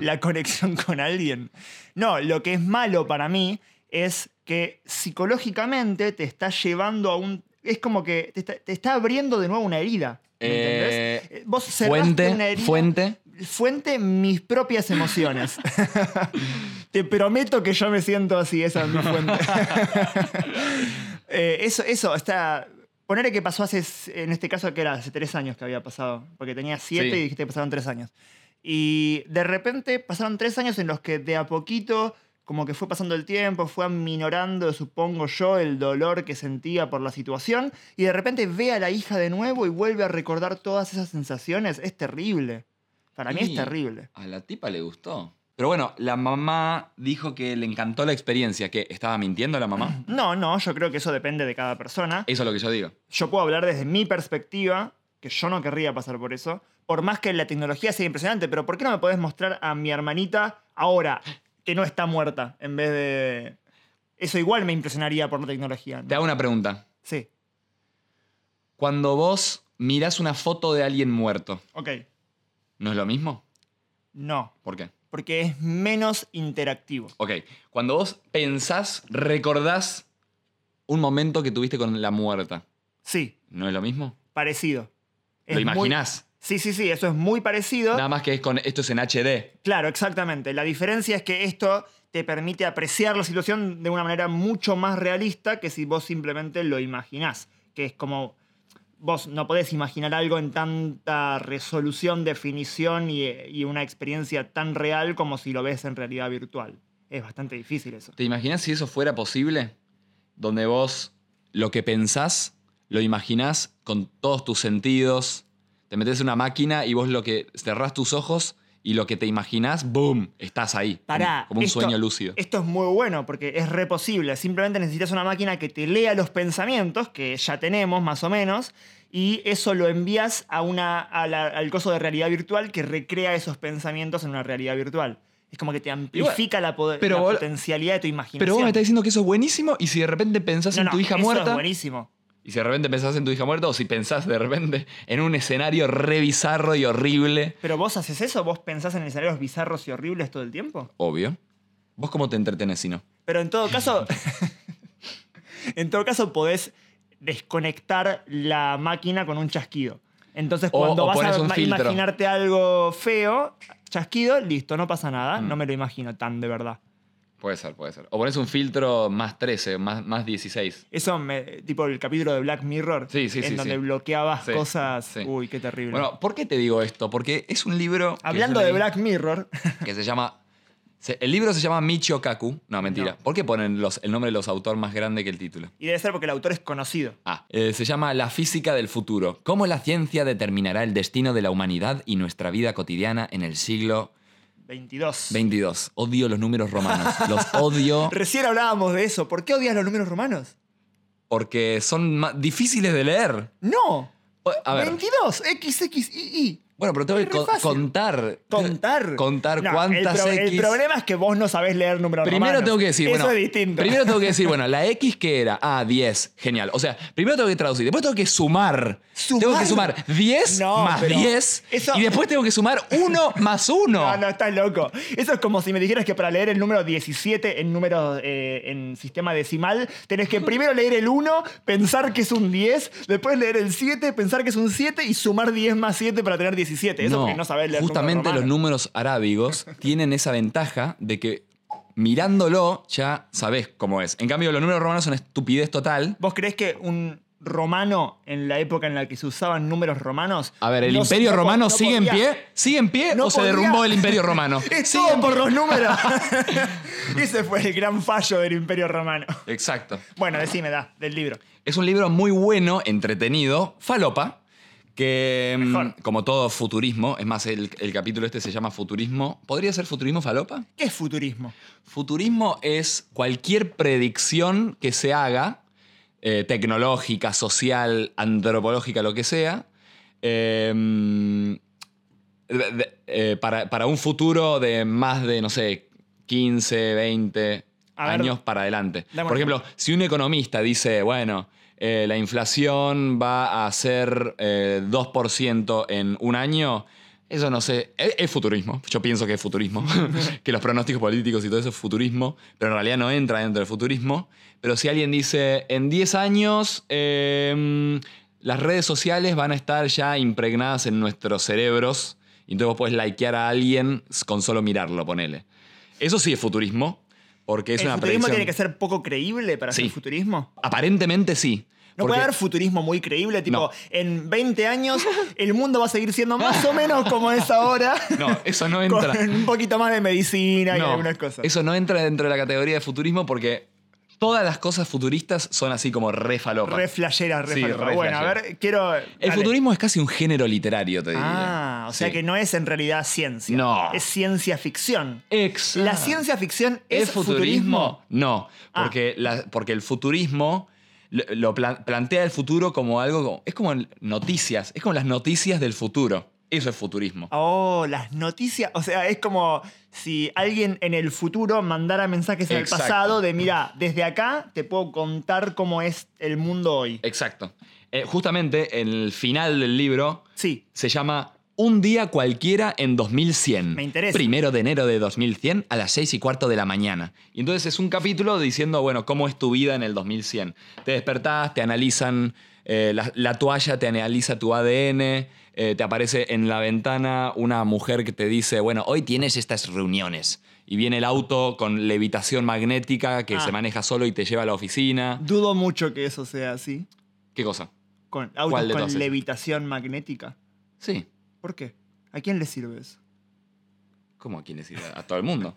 la conexión con alguien. No, lo que es malo para mí es que psicológicamente te está llevando a un... Es como que te está, te está abriendo de nuevo una herida. ¿me Eh, entendés? Vos cerraste una Fuente, herida- fuente. Fuente mis propias emociones. te prometo que yo me siento así, esa es mi fuente. Eh, eso, eso, está... Poner que pasó hace, en este caso, que era hace tres años que había pasado, porque tenía siete Sí. y dijiste que pasaron tres años. Y de repente pasaron tres años en los que de a poquito, como que fue pasando el tiempo, fue aminorando, supongo yo, el dolor que sentía por la situación, y de repente ve a la hija de nuevo y vuelve a recordar todas esas sensaciones. Es terrible. Para mí es Y- terrible. A la tipa le gustó. Pero bueno, la mamá dijo que le encantó la experiencia, que estaba mintiendo la mamá. No, no, yo creo que eso depende de cada persona. Eso es lo que yo digo. Yo puedo hablar desde mi perspectiva, que yo no querría pasar por eso, por más que la tecnología sea impresionante, pero ¿por qué no me podés mostrar a mi hermanita ahora que no está muerta en vez de... Eso igual me impresionaría por la tecnología. ¿no? Te hago una pregunta. Sí, Cuando vos mirás una foto de alguien muerto, ok. ¿no es lo mismo? No, ¿Por qué? porque es menos interactivo. Ok, cuando vos pensás, recordás un momento que tuviste con la muerta, Sí, ¿no es lo mismo? parecido. Es ¿Lo muy- imaginás? Sí, sí, sí, eso es muy parecido. Nada más que es con esto es en HD. Claro, exactamente. La diferencia es que esto te permite apreciar la situación de una manera mucho más realista que si vos simplemente lo imaginás, que es como vos no podés imaginar algo en tanta resolución, definición y, y una experiencia tan real como si lo ves en realidad virtual. Es bastante difícil eso. ¿Te imaginas si eso fuera posible? Donde vos lo que pensás, lo imaginás con todos tus sentidos. Te metes en una máquina y vos lo que cerrás tus ojos y lo que te imaginás, ¡boom! Estás ahí. Pará, Como, como un esto- sueño lúcido. Esto es muy bueno porque es reposible. Simplemente necesitas una máquina que te lea los pensamientos, que ya tenemos más o menos, y eso lo envías a una, a la- al coso de realidad virtual que recrea esos pensamientos en una realidad virtual. Es como que te amplifica la, po- pero la vos- potencialidad de tu imaginación. Pero vos me estás diciendo que eso es buenísimo y si de repente pensás No, en no, tu hija eso Es muerta. buenísimo. Y si de repente pensás en tu hija muerta o si pensás de repente en un escenario re bizarro y horrible. Pero vos haces eso, vos pensás en escenarios bizarros y horribles todo el tiempo. Obvio. ¿Vos cómo te entretenés si no? Pero en todo caso. en todo caso, podés desconectar la máquina con un chasquido. Entonces, O- cuando o vas pones a un ma- filtro. imaginarte algo feo, chasquido, listo, no pasa Mm. nada. No me lo imagino tan de verdad. Puede ser, puede ser. O pones un filtro más 13, más, más 16. Eso, me, tipo el capítulo de Black Mirror, Sí, sí, en sí, donde sí. bloqueabas Sí, cosas. sí. Uy, qué terrible. Bueno, ¿por qué te digo esto? Porque es un libro. que Hablando yo de leí Black Mirror, Que se llama. se- el libro se llama Michio Kaku. No, mentira. No. ¿Por qué ponen los- el nombre de los autores más grande que el título? y debe ser porque el autor es conocido. Ah, eh, se llama La física del futuro. ¿Cómo la ciencia determinará el destino de la humanidad y nuestra vida cotidiana en el siglo 22. 22? Odio los números romanos. Los odio. Recién hablábamos de eso. ¿Por qué odias los números romanos? porque son ma- difíciles de leer. No. O- A ver, 22, XXII. bueno, pero tengo es que re co- fácil. contar. Contar. Contar No, el cuántas pro- X. El problema es que vos no sabés leer números Primero romanos. tengo que decir, Eso bueno, es distinto. primero tengo que decir, bueno, la X que era, ah, 10, genial. O sea, primero tengo que traducir, después tengo que sumar. ¿Sumar? Tengo que sumar 10 No, más pero 10 eso- y después tengo que sumar 1 más 1. No, no, estás loco. Eso es como si me dijeras que para leer el número 17 en números eh, en sistema decimal, tenés que primero leer el 1, pensar que es un 10, después leer el 7, pensar que es un 7 y sumar 10 más 7 para tener 17. Eso porque no sabés leer justamente los números. números arábigos tienen esa ventaja de que mirándolo ya sabés cómo es. En cambio, los números romanos son estupidez total. ¿Vos creés que un romano en la época en la que se usaban números romanos? A ver, ¿el no- Imperio no po- Romano no sigue en podía- pie? ¿Sigue en pie no o se podía- derrumbó el Imperio Romano? Es Sigue en todo por pie. los números. Ese fue el gran fallo del Imperio Romano. Exacto. Bueno, decime, da, del libro. Es un libro muy bueno, entretenido, falopa, que mm, Mejor. como todo futurismo, es más, el, el capítulo este se llama Futurismo. ¿Podría ser Futurismo falopa? ¿Qué es futurismo? Futurismo es cualquier predicción que se haga, eh, tecnológica, social, antropológica, lo que sea, eh, de- de- eh, para, para un futuro de más de, no sé, 15, 20 A ver, años para adelante. dame un Por ejemplo, si un economista dice, bueno, eh, la inflación va a ser eh, 2% en un año, eso no sé, es, es futurismo, yo pienso que es futurismo, que los pronósticos políticos y todo eso es futurismo, pero en realidad no entra dentro del futurismo. Pero si alguien dice, en 10 años eh, las redes sociales van a estar ya impregnadas en nuestros cerebros, y entonces vos podés likear a alguien con solo mirarlo, ponele. Eso sí es futurismo, porque es ¿El una futurismo predicción. tiene que ser poco creíble para Sí. ser futurismo? Aparentemente sí. No porque- puede haber futurismo muy creíble, tipo, No. en 20 años el mundo va a seguir siendo más o menos como es ahora, No, eso no entra. con un poquito más de medicina y No, algunas cosas. Eso no entra dentro de la categoría de futurismo porque todas las cosas futuristas son así como re falopa. Re flashera, re Sí, falopa. re Bueno, a flashera. ver, quiero... El dale. futurismo es casi un género literario, te diría. Ah, o sea Sí. que no es en realidad ciencia. No. Es ciencia ficción. Exacto. ¿La ciencia ficción es, ¿Es futurismo? No, Ah. porque, la- porque el futurismo lo, lo pla- plantea el futuro como algo, como- es como noticias, es como las noticias del futuro. Eso es futurismo. Oh, las noticias. O sea, es como si alguien en el futuro mandara mensajes al Exacto. pasado de, mira, desde acá te puedo contar cómo es el mundo hoy. Exacto. Eh, justamente en el final del libro Sí. se llama Un día cualquiera en 2100. Me interesa. Primero de enero de 2100 a las 6 y cuarto de la mañana. Y entonces es un capítulo diciendo, bueno, ¿cómo es tu vida en el 2100? Te despertás, te analizan eh, la, la toalla, te analiza tu ADN, eh, te aparece en la ventana una mujer que te dice, bueno, hoy tienes estas reuniones. Y viene el auto con levitación magnética que Ah. se maneja solo y te lleva a la oficina. Dudo mucho que eso sea así. ¿Qué cosa? Con ¿Cuál autos de con todas esas? levitación magnética. Sí. ¿Por qué? ¿A quién le sirve eso? ¿Cómo a quién le sirve? A todo el mundo.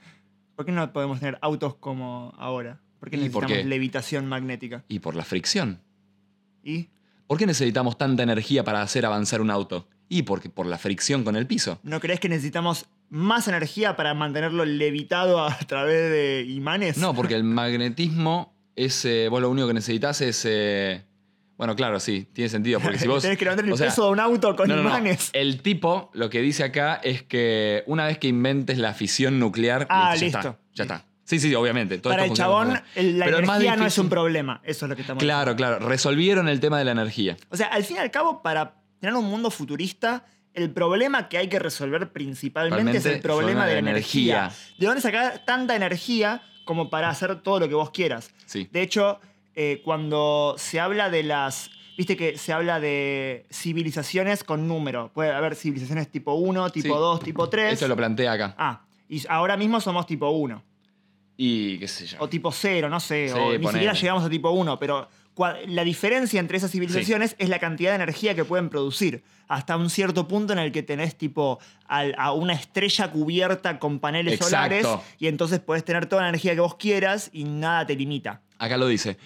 ¿Por qué no podemos tener autos como ahora? ¿Por qué ¿Y por necesitamos qué? levitación magnética? Y por la fricción. ¿Y? ¿Por qué necesitamos tanta energía para hacer avanzar un auto? Y porque por la fricción con el piso. ¿No crees que necesitamos más energía para mantenerlo levitado a través de imanes? No, porque el magnetismo es. eh, vos lo único que necesitas es. eh, bueno, claro, sí, tiene sentido. Porque si vos. Tenés que levantar el o sea, peso de un auto con no, no, no. imanes. El tipo lo que dice acá es que una vez que inventes la fisión nuclear. Ah, ya listo. Está, ya está. Sí, sí, obviamente. todo Para el esto funciona como chabón, funciona. el- la Pero es más energía no es un difícil. problema. Eso es lo que estamos Claro, claro. Resolvieron el tema de la energía. O sea, al fin y al cabo, para tener un mundo futurista, el problema que hay que resolver principalmente es Realmente, el problema de la problema de energía. energía. ¿De dónde sacar tanta energía como para hacer todo lo que vos quieras? Sí. De hecho, eh, cuando se habla de las... Viste que se habla de civilizaciones con número. Puede haber civilizaciones tipo 1, tipo Sí. 2, tipo 3. Esto lo plantea acá. Ah, y ahora mismo somos tipo 1. Y qué sé yo. o tipo cero, no sé, Sí, o ni ponele. siquiera llegamos a tipo 1, pero cua- la diferencia entre esas civilizaciones es la cantidad de energía que pueden producir, hasta un cierto punto en el que tenés tipo al- a una estrella cubierta con paneles Exacto. solares y entonces podés tener toda la energía que vos quieras y nada te limita. Acá lo dice.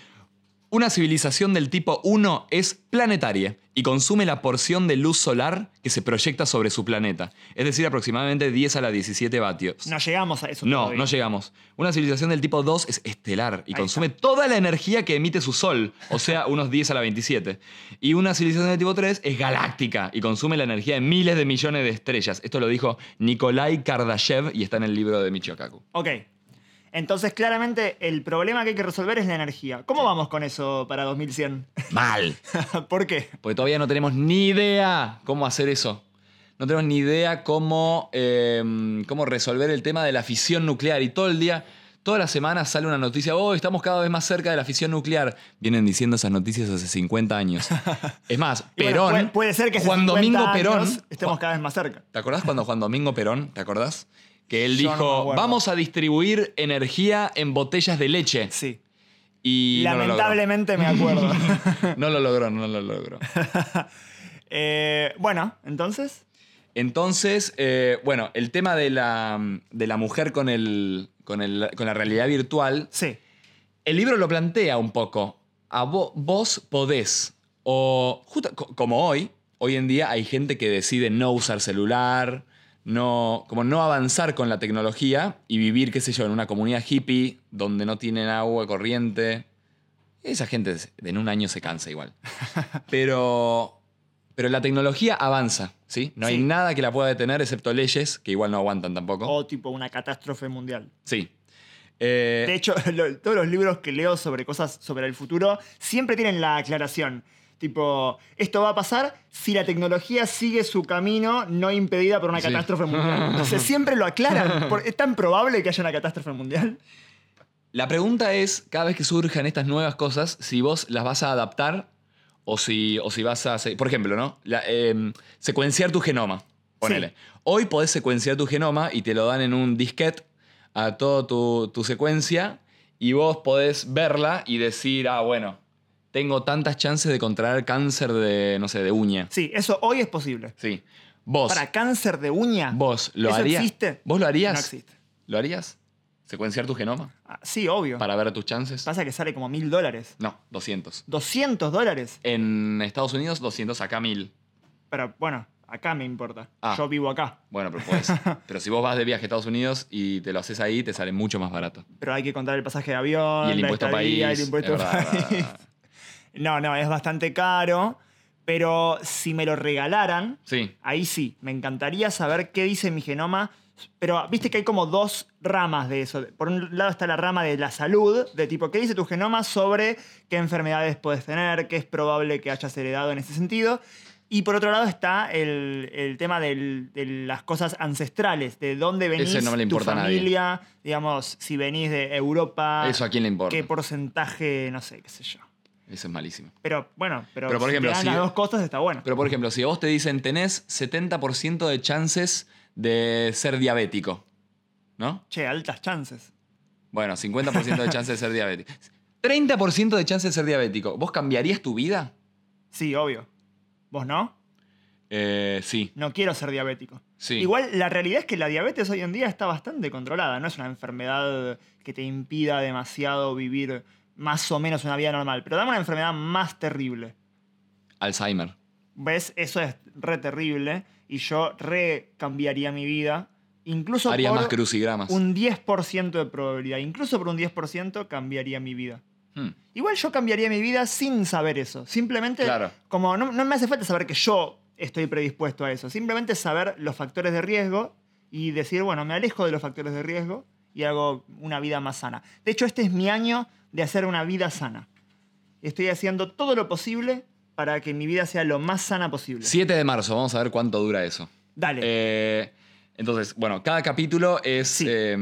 Una civilización del tipo 1 es planetaria y consume la porción de luz solar que se proyecta sobre su planeta, es decir, aproximadamente 10 a la 17 vatios. No llegamos a eso. No, todavía. no llegamos. Una civilización del tipo 2 es estelar y Ahí consume toda la energía que emite su sol, o sea, unos 10 a la 27. Y una civilización del tipo 3 es galáctica y consume la energía de miles de millones de estrellas. Esto lo dijo Nikolai Kardashev y está en el libro de Michio Kaku. Ok. Entonces, claramente, el problema que hay que resolver es la energía. ¿Cómo vamos con eso para 2100? Mal. ¿Por qué? Porque todavía no tenemos ni idea cómo hacer eso. No tenemos ni idea cómo, eh, cómo resolver el tema de la fisión nuclear. Y todo el día, todas las semanas sale una noticia, oh, estamos cada vez más cerca de la fisión nuclear. Vienen diciendo esas noticias hace 50 años. Es más, Y bueno, Perón, puede, puede ser que hace Juan 50 Domingo años Perón, estemos cada vez más cerca. ¿Te acordás cuando Juan Domingo Perón, te acordás? Que él Yo no me dijo, acuerdo. vamos a distribuir energía en botellas de leche. Sí. Y no lo logró. Lamentablemente me acuerdo. No lo logró, no lo logró. Eh, bueno, entonces. Entonces, eh, bueno, el tema de la, de la mujer con, el, con, el- con la realidad virtual, Sí. el libro lo plantea un poco. A vo- vos podés, o justo co- como hoy, hoy en día hay gente que decide no usar celular, no, como no avanzar con la tecnología y vivir, qué sé yo, en una comunidad hippie donde no tienen agua corriente. Esa gente es- en un año se cansa igual. Pero, pero la tecnología avanza, ¿sí? No hay Sí. nada que la pueda detener excepto leyes que igual no aguantan tampoco. O tipo una catástrofe mundial. Sí. Eh, De hecho, lo- todos los libros que leo sobre cosas sobre el futuro siempre tienen la aclaración. Tipo, esto va a pasar si la tecnología sigue su camino no impedida por una Sí. catástrofe mundial. O sea, siempre lo aclaran. Por- es tan probable que haya una catástrofe mundial. La pregunta es, cada vez que surjan estas nuevas cosas, si vos las vas a adaptar o si, o si vas a... se- Por ejemplo, ¿no? La, em, secuenciar tu genoma. Ponele. Sí. Hoy podés secuenciar tu genoma y te lo dan en un disquete a toda tu, tu secuencia y vos podés verla y decir, ah, bueno, tengo tantas chances de contraer cáncer de, no sé, de uña. Sí, eso hoy es posible. Sí. Vos, Para cáncer de uña. vos lo ¿Eso harías. existe? ¿Vos lo harías? No existe. ¿Lo harías? ¿Secuenciar tu genoma Ah, sí, obvio. para ver tus chances? Pasa que sale como mil dólares. No, 200. 200 dólares. En Estados Unidos, 200, acá 1000. Pero bueno, acá me importa. Ah. Yo vivo acá. Bueno, pero podés. pero si vos vas de viaje a Estados Unidos y te lo haces ahí, te sale mucho más barato. Pero hay que contar el pasaje de avión, Y la el impuesto a país. estadía, el impuesto es a verdad, país. verdad, verdad. No, no, es bastante caro. Pero si me lo regalaran, Sí, ahí sí, me encantaría saber qué dice mi genoma. Pero viste que hay como dos ramas de eso. Por un lado está la rama de la salud, de tipo, ¿qué dice tu genoma sobre qué enfermedades puedes tener, qué es probable que hayas heredado en ese sentido? Y por otro lado está el, el tema del- de las cosas ancestrales, de dónde venís, no me le tu importa a nadie. familia, digamos, si venís de Europa, eso a quién le importa. Ah, qué porcentaje, no sé, qué sé yo. Eso es malísimo. Pero bueno, pero, Pero, por si ejemplo, te dan si- las dos cosas está bueno. Pero, por ejemplo, si a vos te dicen tenés 70% de chances de ser diabético, ¿no? che, altas chances. Bueno, 50% de chances de ser diabético. 30% de chances de ser diabético. ¿Vos cambiarías tu vida? Sí, obvio. ¿Vos no? Eh, sí, No quiero ser diabético. sí. Igual la realidad es que la diabetes hoy en día está bastante controlada, no es una enfermedad que te impida demasiado vivir más o menos una vida normal, pero dame una enfermedad más terrible. Alzheimer. ¿Ves? Eso es re terrible y yo re cambiaría mi vida, incluso Haría por más crucigramas. un 10% de probabilidad, incluso por un 10% cambiaría mi vida. Hmm. Igual yo cambiaría mi vida sin saber eso. Simplemente, Claro. como no, no me hace falta saber que yo estoy predispuesto a eso. Simplemente saber los factores de riesgo y decir, bueno, me alejo de los factores de riesgo y hago una vida más sana. De hecho, este es mi año de hacer una vida sana. Estoy haciendo todo lo posible para que mi vida sea lo más sana posible. 7 de marzo, vamos a ver cuánto dura eso. Dale. Eh, entonces, bueno, cada capítulo es, Sí. eh,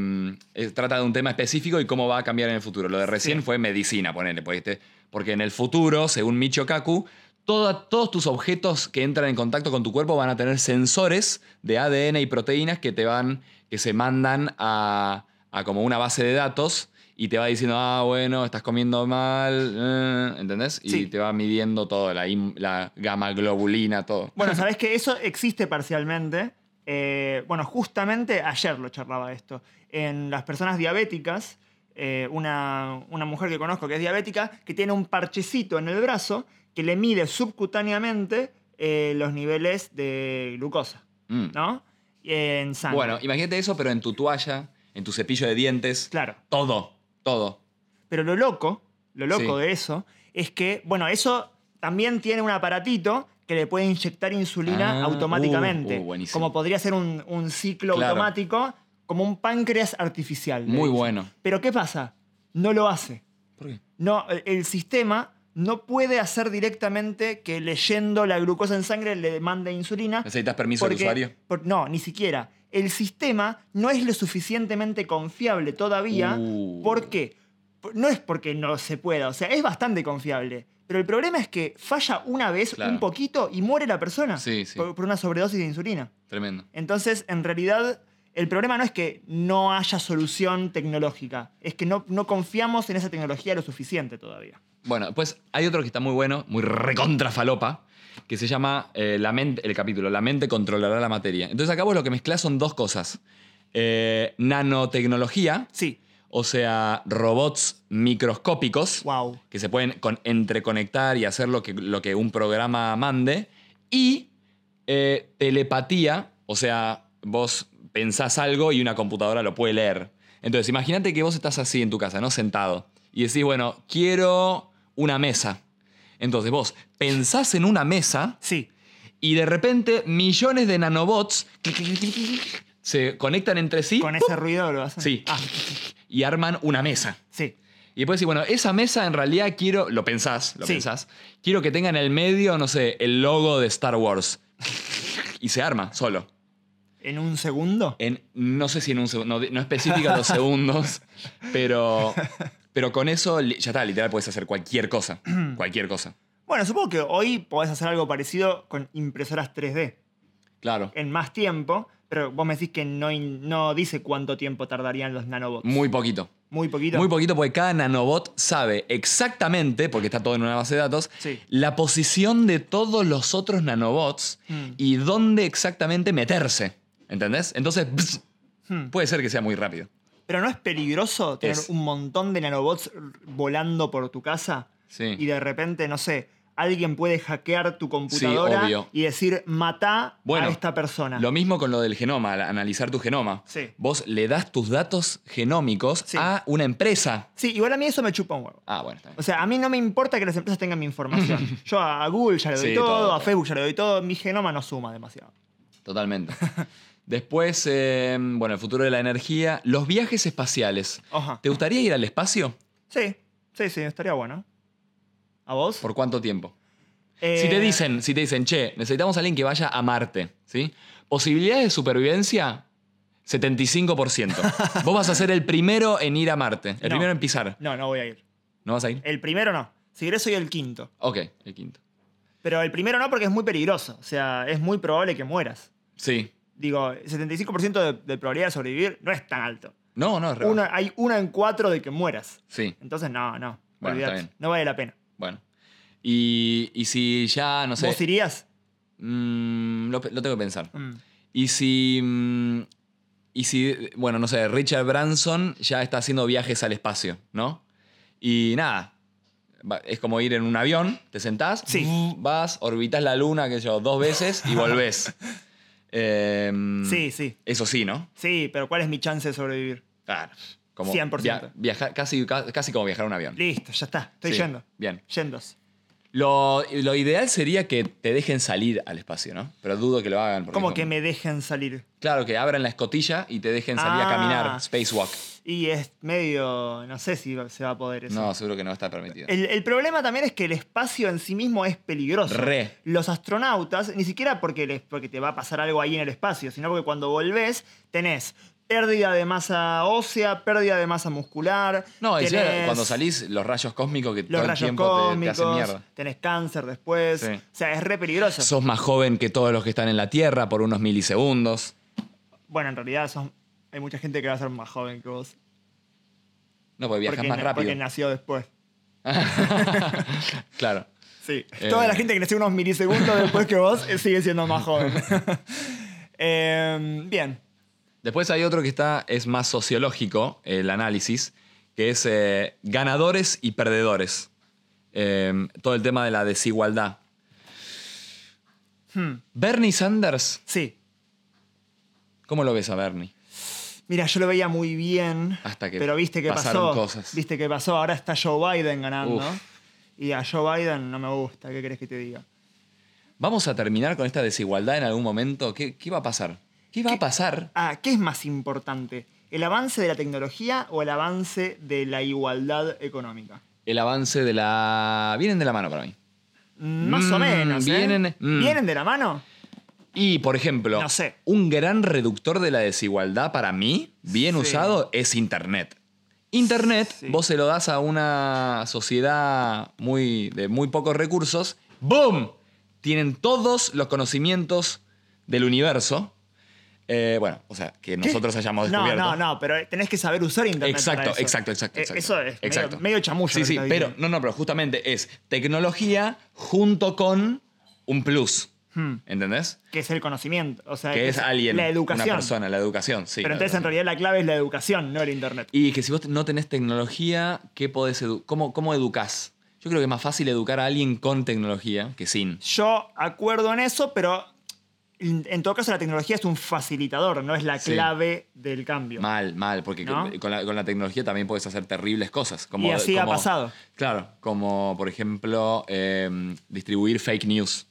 es- trata de un tema específico y cómo va a cambiar en el futuro. Lo de recién Sí. fue medicina, ponele, porque, este- porque en el futuro, según Michio Kaku, toda- todos tus objetos que entran en contacto con tu cuerpo van a tener sensores de ADN y proteínas que te van, que se mandan a, a como una base de datos y te va diciendo, ah, bueno, estás comiendo mal, eh", ¿entendés? Y Sí. te va midiendo todo, la, im- la gamma globulina, todo. Bueno, sabés que eso existe parcialmente. Eh, bueno, justamente ayer lo charlaba esto. En las personas diabéticas, eh, una, una mujer que conozco que es diabética, que tiene un parchecito en el brazo que le mide subcutáneamente eh, los niveles de glucosa, Mm. ¿no? En sangre. Bueno, imagínate eso, pero en tu toalla, en tu cepillo de dientes. Claro. Todo, todo. Pero lo loco, lo loco Sí. de eso, es que, bueno, eso también tiene un aparatito que le puede inyectar insulina Ah, automáticamente. uh, uh, buenísimo. como podría ser un, un ciclo Claro. automático, como un páncreas artificial. le Muy dicen. bueno. Pero ¿qué pasa? No lo hace. ¿Por qué? No, el- el sistema no puede hacer directamente que leyendo la glucosa en sangre le mande insulina. ¿Necesitas permiso del Porque- usuario? por- no, ni siquiera. El sistema no es lo suficientemente confiable todavía. Uh. ¿Por qué? Por- No es porque no se pueda, o sea, es bastante confiable. Pero el problema es que falla una vez Claro. un poquito y muere la persona Sí, sí. Por, por una sobredosis de insulina. Tremendo. Entonces, en realidad, el problema no es que no haya solución tecnológica, es que no, no confiamos en esa tecnología lo suficiente todavía. Bueno, pues hay otro que está muy bueno, muy recontra falopa, que se llama eh, la mente, el capítulo, La mente controlará la materia. Entonces acá vos lo que mezclas son dos cosas. Eh, nanotecnología, Sí, o sea, robots microscópicos wow. que se pueden con- entreconectar y hacer lo que, lo que un programa mande. Y eh, telepatía, o sea, vos pensás algo y una computadora lo puede leer. Entonces, imagínate que vos estás así en tu casa, ¿no? Sentado. Y decís, bueno, quiero una mesa. Entonces vos pensás en una mesa Sí, y de repente millones de nanobots clic, clic, clic, clic, clic, se conectan entre sí con ese ruido lo hacen. Sí. Ah, y arman una mesa. sí. Y después decís, bueno, esa mesa en realidad quiero, lo pensás, lo Sí. pensás, quiero que tenga en el medio, no sé, el logo de Star Wars. Y se arma solo. ¿En un segundo? En, no sé si en un segundo, no, no especifica los segundos, pero, pero con eso li- ya está, literal puedes hacer cualquier cosa. Cualquier cosa. Bueno, supongo que hoy podés hacer algo parecido con impresoras 3D Claro. en más tiempo, pero vos me decís que no, in- no dice cuánto tiempo tardarían los nanobots. Muy poquito. Muy poquito. Muy poquito porque cada nanobot sabe exactamente, porque está todo en una base de datos, Sí. la posición de todos los otros nanobots Mm. y dónde exactamente meterse. ¿Entendés? Entonces, pss, Hmm. puede ser que sea muy rápido. Pero ¿no es peligroso tener Es. un montón de nanobots r- volando por tu casa? Sí. Y de repente, no sé, alguien puede hackear tu computadora obvio. y decir, matá Bueno, a esta persona. Lo mismo con lo del genoma, al analizar tu genoma. Sí. Vos le das tus datos genómicos Sí. a una empresa. Sí, igual a mí eso me chupa un huevo. Ah, bueno, está bien. O sea, a mí no me importa que las empresas tengan mi información. Yo a a Google ya le doy Sí, todo, todo. a Facebook ya le doy todo, mi genoma no suma demasiado. Totalmente. Después, eh, bueno, el futuro de la energía, los viajes espaciales. Ajá. ¿Te gustaría ir al espacio? Sí, sí, sí, estaría bueno. ¿A vos? ¿Por cuánto tiempo? Eh, Si te dicen, si te dicen, che, necesitamos a alguien que vaya a Marte, ¿sí? Posibilidades de supervivencia, 75%. Vos vas a ser el primero en ir a Marte, No. el primero en pisar. No, no voy a ir. ¿No vas a ir? El primero no. Si querés soy el quinto. Ok, el quinto. Pero el primero no porque es muy peligroso. O sea, es muy probable que mueras. Sí. Digo, 75% de, de probabilidad de sobrevivir no es tan alto. No, no, es re Uno- bajo. hay una en cuatro de que mueras. Sí, Entonces, no, no. Bueno, olvidate. está bien. No vale la pena. bueno. Y, y si ya, no sé. ¿Vos irías? mm, lo, pe- lo tengo que pensar. Mm. Y si. mm, y si, bueno, no sé, Richard Branson ya está haciendo viajes al espacio, ¿no? Y nada. va- Es como ir en un avión, te sentás, Sí. buf, vas, orbitas la luna, qué sé yo, dos veces y volvés. Em, Sí, sí. Eso sí, ¿no? Sí, pero ¿cuál es mi chance de sobrevivir? Claro. Como 100%. viajar, casi, ca- casi como viajar en un avión. Listo, ya está. Estoy Sí, yendo. Bien. Yendos. Lo, lo ideal sería que te dejen salir al espacio, ¿no? Pero dudo que lo hagan. porque Como es que me dejen salir. Claro, que abran la escotilla y te dejen salir Ah. a caminar, spacewalk. Y es medio. No sé si se va a poder eso. No, seguro que no está permitido. El, el problema también es que el espacio en sí mismo es peligroso. Re. Los astronautas, ni siquiera porque, les, porque te va a pasar algo ahí en el espacio, sino porque cuando volvés tenés pérdida de masa ósea, pérdida de masa muscular. No, y tenés encima, cuando salís, los rayos cósmicos que los todo el rayos tiempo te- te, cósmicos, hacen mierda. tenés cáncer después. Sí. O sea, es re peligroso. Sos más joven que todos los que están en la Tierra por unos milisegundos. bueno, en realidad sos- hay mucha gente que va a ser más joven que vos. No, porque viajas porque, más na- porque rápido. nació después. claro. Sí. Eh. Toda la gente que nació unos milisegundos después que vos eh, sigue siendo más joven. Em, bien. Después hay otro que está, es más sociológico, el análisis, que es eh, ganadores y perdedores. Eh, todo el tema de la desigualdad. Hmm, Bernie Sanders, Sí. ¿cómo lo ves a Bernie? Mira, yo lo veía muy bien. Hasta que pero viste que pasaron pasó. cosas. Viste que pasó. Ahora está Joe Biden ganando. Uf. Y a Joe Biden no me gusta. ¿Qué querés que te diga? ¿Vamos a terminar con esta desigualdad en algún momento? ¿Qué, qué va a pasar? ¿Qué va a pasar? Ah, ¿qué es más importante? ¿El avance de la tecnología o el avance de la igualdad económica? El avance de la... Vienen de la mano para mí. Más o Mm, menos. ¿eh? vienen- mm. ¿Vienen de la mano? Y, por ejemplo, No sé. un gran reductor de la desigualdad para mí, bien Sí. usado, es Internet. Internet, Sí. vos se lo das a una sociedad muy, de muy pocos recursos, ¡boom! Tienen todos los conocimientos del universo. Eh, bueno, o sea, que nosotros hayamos No, no, descubierto. no, pero eh, tenés que saber usar internet. para Exacto, eso. exacto, exacto, Eh, exacto. Eso es medio- Exacto. medio, chamullo. Sí, lo que sí, estás pero diciendo. no, no, pero justamente es tecnología junto con un plus. Hmm, ¿Entendés? que es el conocimiento. O sea, Que es alguien, La educación. una persona, la educación, sí. pero la entonces en educación. realidad la clave es la educación, no el internet. Y que si vos no tenés tecnología, ¿qué podés edu- cómo, ¿cómo educás? Yo creo que es más fácil educar a alguien con tecnología que sin. Yo acuerdo en eso, pero en en todo caso la tecnología es un facilitador, no es la Sí. clave del cambio. Mal, mal, porque ¿No? con, la, con la tecnología también puedes hacer terribles cosas. Como, Y así ha como- pasado. Claro, como por ejemplo eh, distribuir fake news.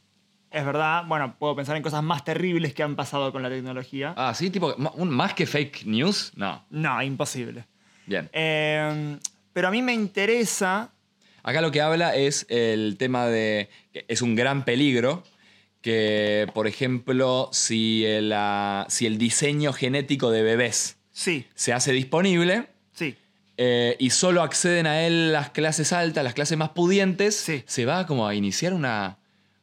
Es verdad, bueno, puedo pensar en cosas más terribles que han pasado con la tecnología. Ah, sí, tipo, ma- un- más que fake news, no. No, imposible. Bien. Eh, pero a mí me interesa Acá lo que habla es el tema de. que Es un gran peligro que, por ejemplo, si el, ah, si el diseño genético de bebés Sí, se hace disponible sí. eh, y solo acceden a él las clases altas, las clases más pudientes, Sí. se va como a iniciar una,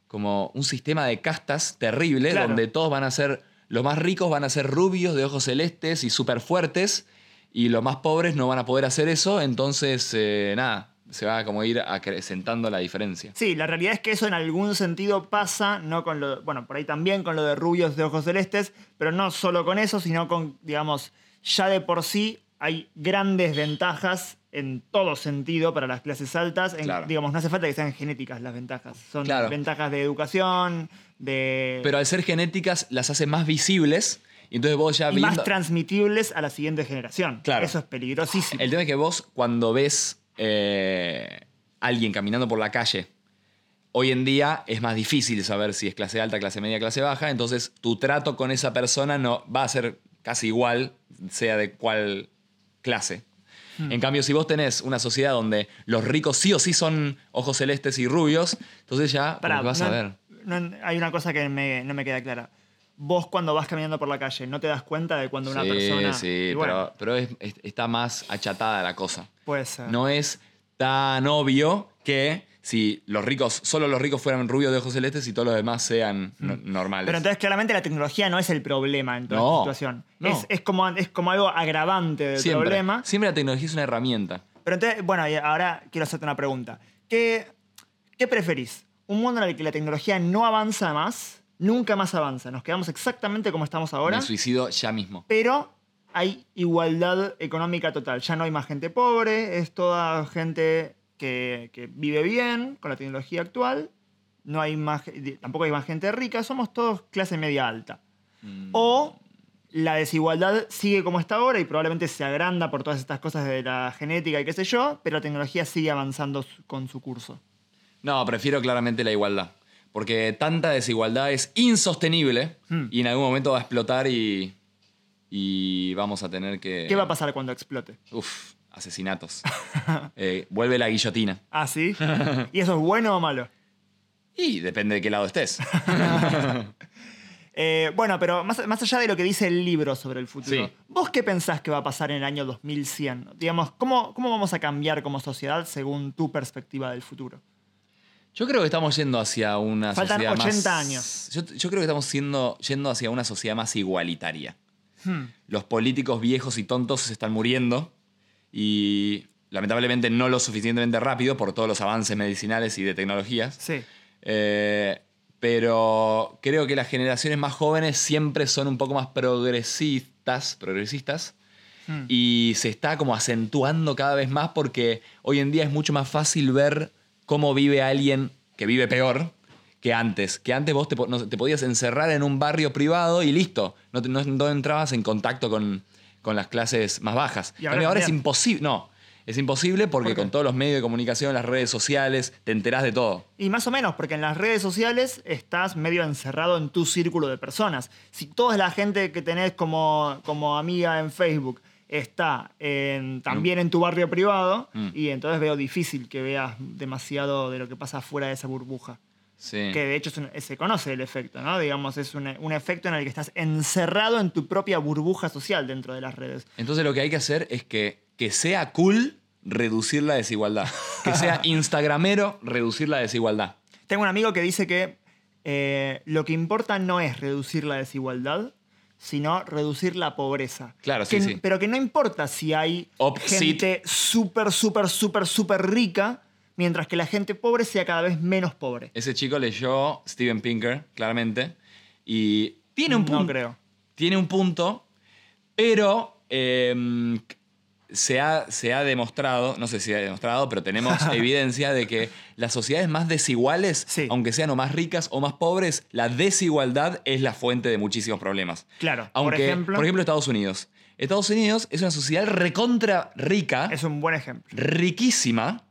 como un sistema de castas terrible Claro. donde todos van a ser, los más ricos van a ser rubios de ojos celestes y súper fuertes y los más pobres no van a poder hacer eso, entonces eh, nada, se va como a ir acrecentando la diferencia. Sí, la realidad es que eso en algún sentido pasa, no con lo, bueno, por ahí también con lo de rubios de ojos celestes, pero no solo con eso, sino con, digamos, ya de por sí hay grandes ventajas en todo sentido para las clases altas. En- Claro. Digamos, no hace falta que sean genéticas las ventajas, son Claro. ventajas de educación, de... Pero al ser genéticas las hace más visibles y entonces vos ya y más viendo- transmitibles a la siguiente generación. Claro. Eso es peligrosísimo. El tema es que vos, cuando ves eh, alguien caminando por la calle, hoy en día es más difícil saber si es clase alta, clase media, clase baja. Entonces, tu trato con esa persona no va a ser casi igual, sea de cuál clase. Hmm. En cambio, si vos tenés una sociedad donde los ricos sí o sí son ojos celestes y rubios, entonces ya como Pará, que vas no- a ver. no- hay una cosa que me- no me queda clara. Vos cuando vas caminando por la calle, ¿no te das cuenta de cuando una sí, persona... sí, y pero, bueno, pero es- es- está más achatada la cosa. Puede ser. no es tan obvio que si los ricos, solo los ricos fueran rubios de ojos celestes y todos los demás sean no- Mm. normales. pero entonces claramente la tecnología no es el problema en toda No, esta situación. no. Es, es como, es como algo agravante del siempre, problema. siempre la tecnología es una herramienta. Pero entonces, bueno, y ahora quiero hacerte una pregunta. ¿Qué, ¿Qué preferís? ¿Un mundo en el que la tecnología no avanza más? Nunca más avanza. Nos quedamos exactamente como estamos ahora. Me suicido ya mismo. pero hay igualdad económica total. Ya no hay más gente pobre, es toda gente que, que vive bien con la tecnología actual. No hay más, ge- tampoco hay más gente rica, somos todos clase media alta. O la desigualdad sigue como está ahora y probablemente se agranda por todas estas cosas de la genética y qué sé yo, pero la tecnología sigue avanzando su- con su curso. No, prefiero claramente la igualdad. Porque tanta desigualdad es insostenible Hmm. y en algún momento va a explotar y, y vamos a tener que... ¿Qué va a pasar cuando explote? Uf, asesinatos. Eh, vuelve la guillotina. Ah, sí. ¿Y eso es bueno o malo? Y depende de qué lado estés. Eh, bueno, pero más, más allá de lo que dice el libro sobre el futuro, Sí. ¿vos qué pensás que va a pasar en el año 2100? Digamos, ¿cómo, ¿cómo vamos a cambiar como sociedad según tu perspectiva del futuro? Yo creo que estamos yendo hacia una Faltan sociedad más- 80 años. Yo, yo creo que estamos siendo- yendo hacia una sociedad más igualitaria. Hmm. Los políticos viejos y tontos se están muriendo y lamentablemente no lo suficientemente rápido por todos los avances medicinales y de tecnologías. Sí. Eh, pero creo que las generaciones más jóvenes siempre son un poco más progresistas, progresistas Mm. y se está como acentuando cada vez más porque hoy en día es mucho más fácil ver cómo vive alguien que vive peor que antes. Que antes vos te, po- no sé, te podías encerrar en un barrio privado y listo, no, te- no- no entrabas en contacto con, con las clases más bajas. Y ahora Pero ahora es también. imposible, no, es imposible porque ¿Por qué? con todos los medios de comunicación, las redes sociales, te enterás de todo. Y más o menos, porque en las redes sociales estás medio encerrado en tu círculo de personas. Si toda la gente que tenés como, como amiga en Facebook está en- también en tu barrio privado, Mm. y entonces veo difícil que veas demasiado de lo que pasa fuera de esa burbuja. Sí. Que de hecho es un- se conoce el efecto, ¿no? Digamos, es un, un efecto en el que estás encerrado en tu propia burbuja social dentro de las redes. Entonces lo que hay que hacer es que, que sea cool reducir la desigualdad. Que sea instagramero reducir la desigualdad. Tengo un amigo que dice que eh, lo que importa no es reducir la desigualdad, sino reducir la pobreza. Claro, Que- sí, sí. Pero que no importa si hay Opsit. gente súper, súper, súper, súper rica, mientras que la gente pobre sea cada vez menos pobre. Ese chico leyó Steven Pinker, claramente, y tiene un punto. No creo. Tiene un punto, pero eh, se, ha, se ha demostrado, no sé si ha demostrado, pero tenemos evidencia de que las sociedades más desiguales, Sí. aunque sean o más ricas o más pobres, la desigualdad es la fuente de muchísimos problemas. Claro, por Aunque, ejemplo- Estados Unidos. Estados Unidos es una sociedad recontra rica Es un buen ejemplo. riquísima,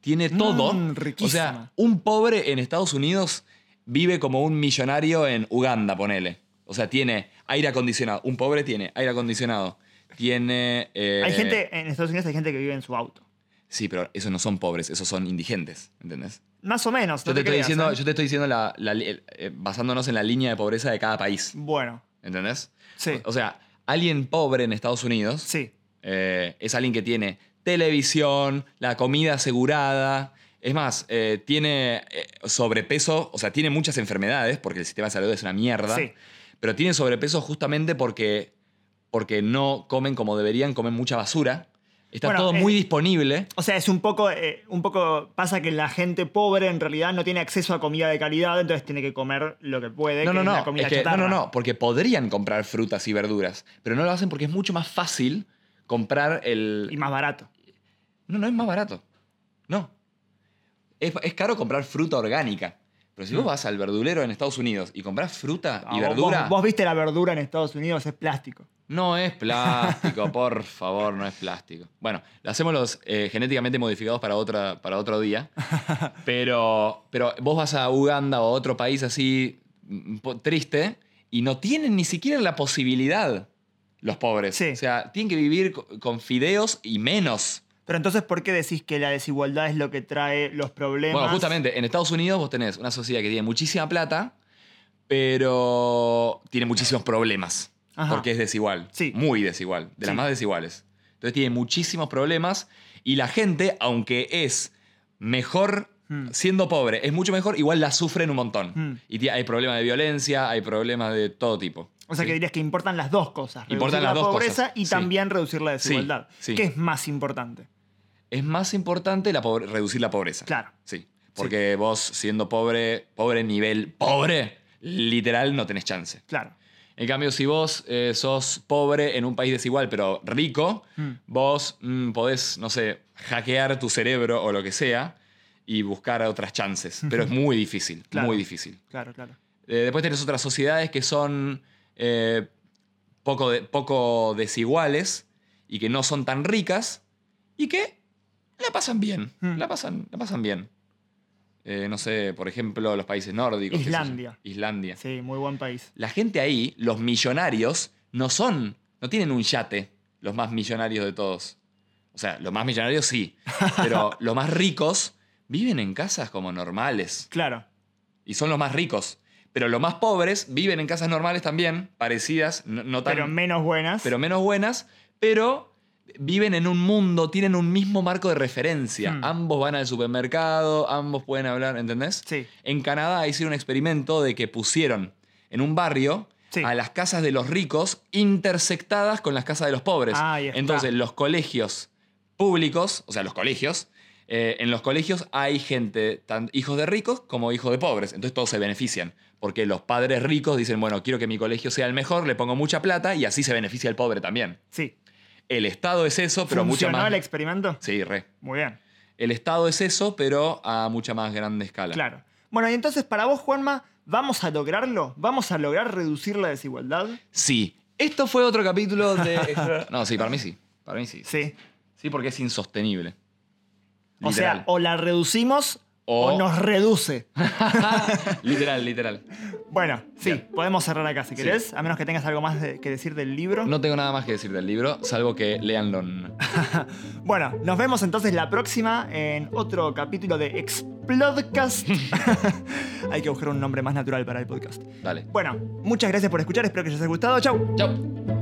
tiene todo. Mm, O riquísima. sea, un pobre en Estados Unidos vive como un millonario en Uganda, ponele. O sea, tiene aire acondicionado. Un pobre tiene aire acondicionado. Tiene. eh, Hay gente, en Estados Unidos hay gente que vive en su auto. Sí, pero esos no son pobres, esos son indigentes, ¿entendés? Más o menos. Yo no te, estoy creas, diciendo, ¿eh? yo te estoy diciendo la- la li- el- eh, basándonos en la línea de pobreza de cada país, Bueno, ¿entendés? sí. O sea, alguien pobre en Estados Unidos Sí. Eh, es alguien que tiene televisión, la comida asegurada. Es más, eh, tiene eh, sobrepeso, o sea, tiene muchas enfermedades porque el sistema de salud es una mierda. Sí. Pero tiene sobrepeso justamente porque, porque no comen como deberían, comen mucha basura. Está Bueno, todo eh, muy disponible. O sea, es un poco, eh, un poco pasa que la gente pobre en realidad no tiene acceso a comida de calidad, entonces tiene que comer lo que puede, No, que no, es no. la comida es que- no, chatarra. no, no, porque podrían comprar frutas y verduras, pero no lo hacen porque es mucho más fácil comprar el, Y más barato. No, no es más barato. No. Es, es caro comprar fruta orgánica. Pero si vos vas al verdulero en Estados Unidos y compras fruta Mm. y Ah, vos- verdura, Vos, vos viste la verdura en Estados Unidos, es plástico. no es plástico, por favor, no es plástico. Bueno, lo hacemos los eh, genéticamente modificados para, otra, para otro día. Pero, pero vos vas a Uganda o a otro país así mm, po- triste y no tienen ni siquiera la posibilidad los pobres. Sí. O sea, tienen que vivir co- con fideos y menos. Pero entonces, ¿por qué decís que la desigualdad es lo que trae los problemas? Bueno, justamente, en Estados Unidos vos tenés una sociedad que tiene muchísima plata, pero tiene muchísimos problemas. Ajá. Porque es desigual. Sí. Muy desigual. De las Sí. más desiguales. Entonces tiene muchísimos problemas y la gente, aunque es mejor Hmm. siendo pobre, es mucho mejor, igual la sufren un montón. Hmm. Y ti- hay problemas de violencia, hay problemas de todo tipo. O sea, que dirías que importan las dos cosas. Reducir Importan la las dos pobreza cosas, y sí. también reducir la desigualdad. sí. ¿Qué es más importante? Es más importante la pobre- reducir la pobreza. Claro. Sí. Porque vos siendo pobre, pobre nivel pobre, literal no tenés chance. Claro. En cambio, si vos eh, sos pobre en un país desigual, pero rico, Mm. vos mm, podés, no sé, hackear tu cerebro o lo que sea y buscar otras chances. Pero es muy difícil, Claro. muy difícil. Claro, claro. Eh, después tenés otras sociedades que son eh, poco, de- poco desiguales y que no son tan ricas y que la pasan bien. Mm. La, pasan, la pasan bien. Eh, no sé, por ejemplo, los países nórdicos. qué sé yo. Islandia. Islandia. Sí, muy buen país. La gente ahí, los millonarios, no son, no tienen un yate, los más millonarios de todos. O sea, los más millonarios sí, pero los más ricos viven en casas como normales. Claro. Y son los más ricos. Pero los más pobres viven en casas normales también, parecidas, no, no tan, Pero menos buenas. pero menos buenas, pero viven en un mundo, tienen un mismo marco de referencia. Hmm. Ambos van al supermercado, ambos pueden hablar, ¿entendés? Sí. En Canadá hicieron un experimento de que pusieron en un barrio Sí. a las casas de los ricos intersectadas con las casas de los pobres. Ahí está. Entonces, los colegios públicos, o sea, los colegios, eh, en los colegios hay gente, tan hijos de ricos como hijos de pobres. Entonces, todos se benefician. Porque los padres ricos dicen, bueno, quiero que mi colegio sea el mejor, le pongo mucha plata y así se beneficia el pobre también. Sí. El Estado es eso, pero mucho ¿Funcionó más. el experimento? Sí, re. Muy bien. El Estado es eso, pero a mucha más grande escala. Claro. Bueno, y entonces para vos, Juanma, ¿vamos a lograrlo? ¿Vamos a lograr reducir la desigualdad? Sí. Esto fue otro capítulo de. no, sí, para mí sí. Para mí sí. Sí. Sí, porque es insostenible. O Literal. sea, o la reducimos o, O- nos reduce. literal, literal. Bueno, sí, Bien. podemos cerrar acá si querés, a menos que tengas algo más de- que decir del libro. No tengo nada más que decir del libro, salvo que leanlo. Bueno, nos vemos entonces la próxima en otro capítulo de Explodcast. Hay que buscar un nombre más natural para el podcast. Dale. Bueno, muchas gracias por escuchar, espero que les haya gustado. Chau. Chao.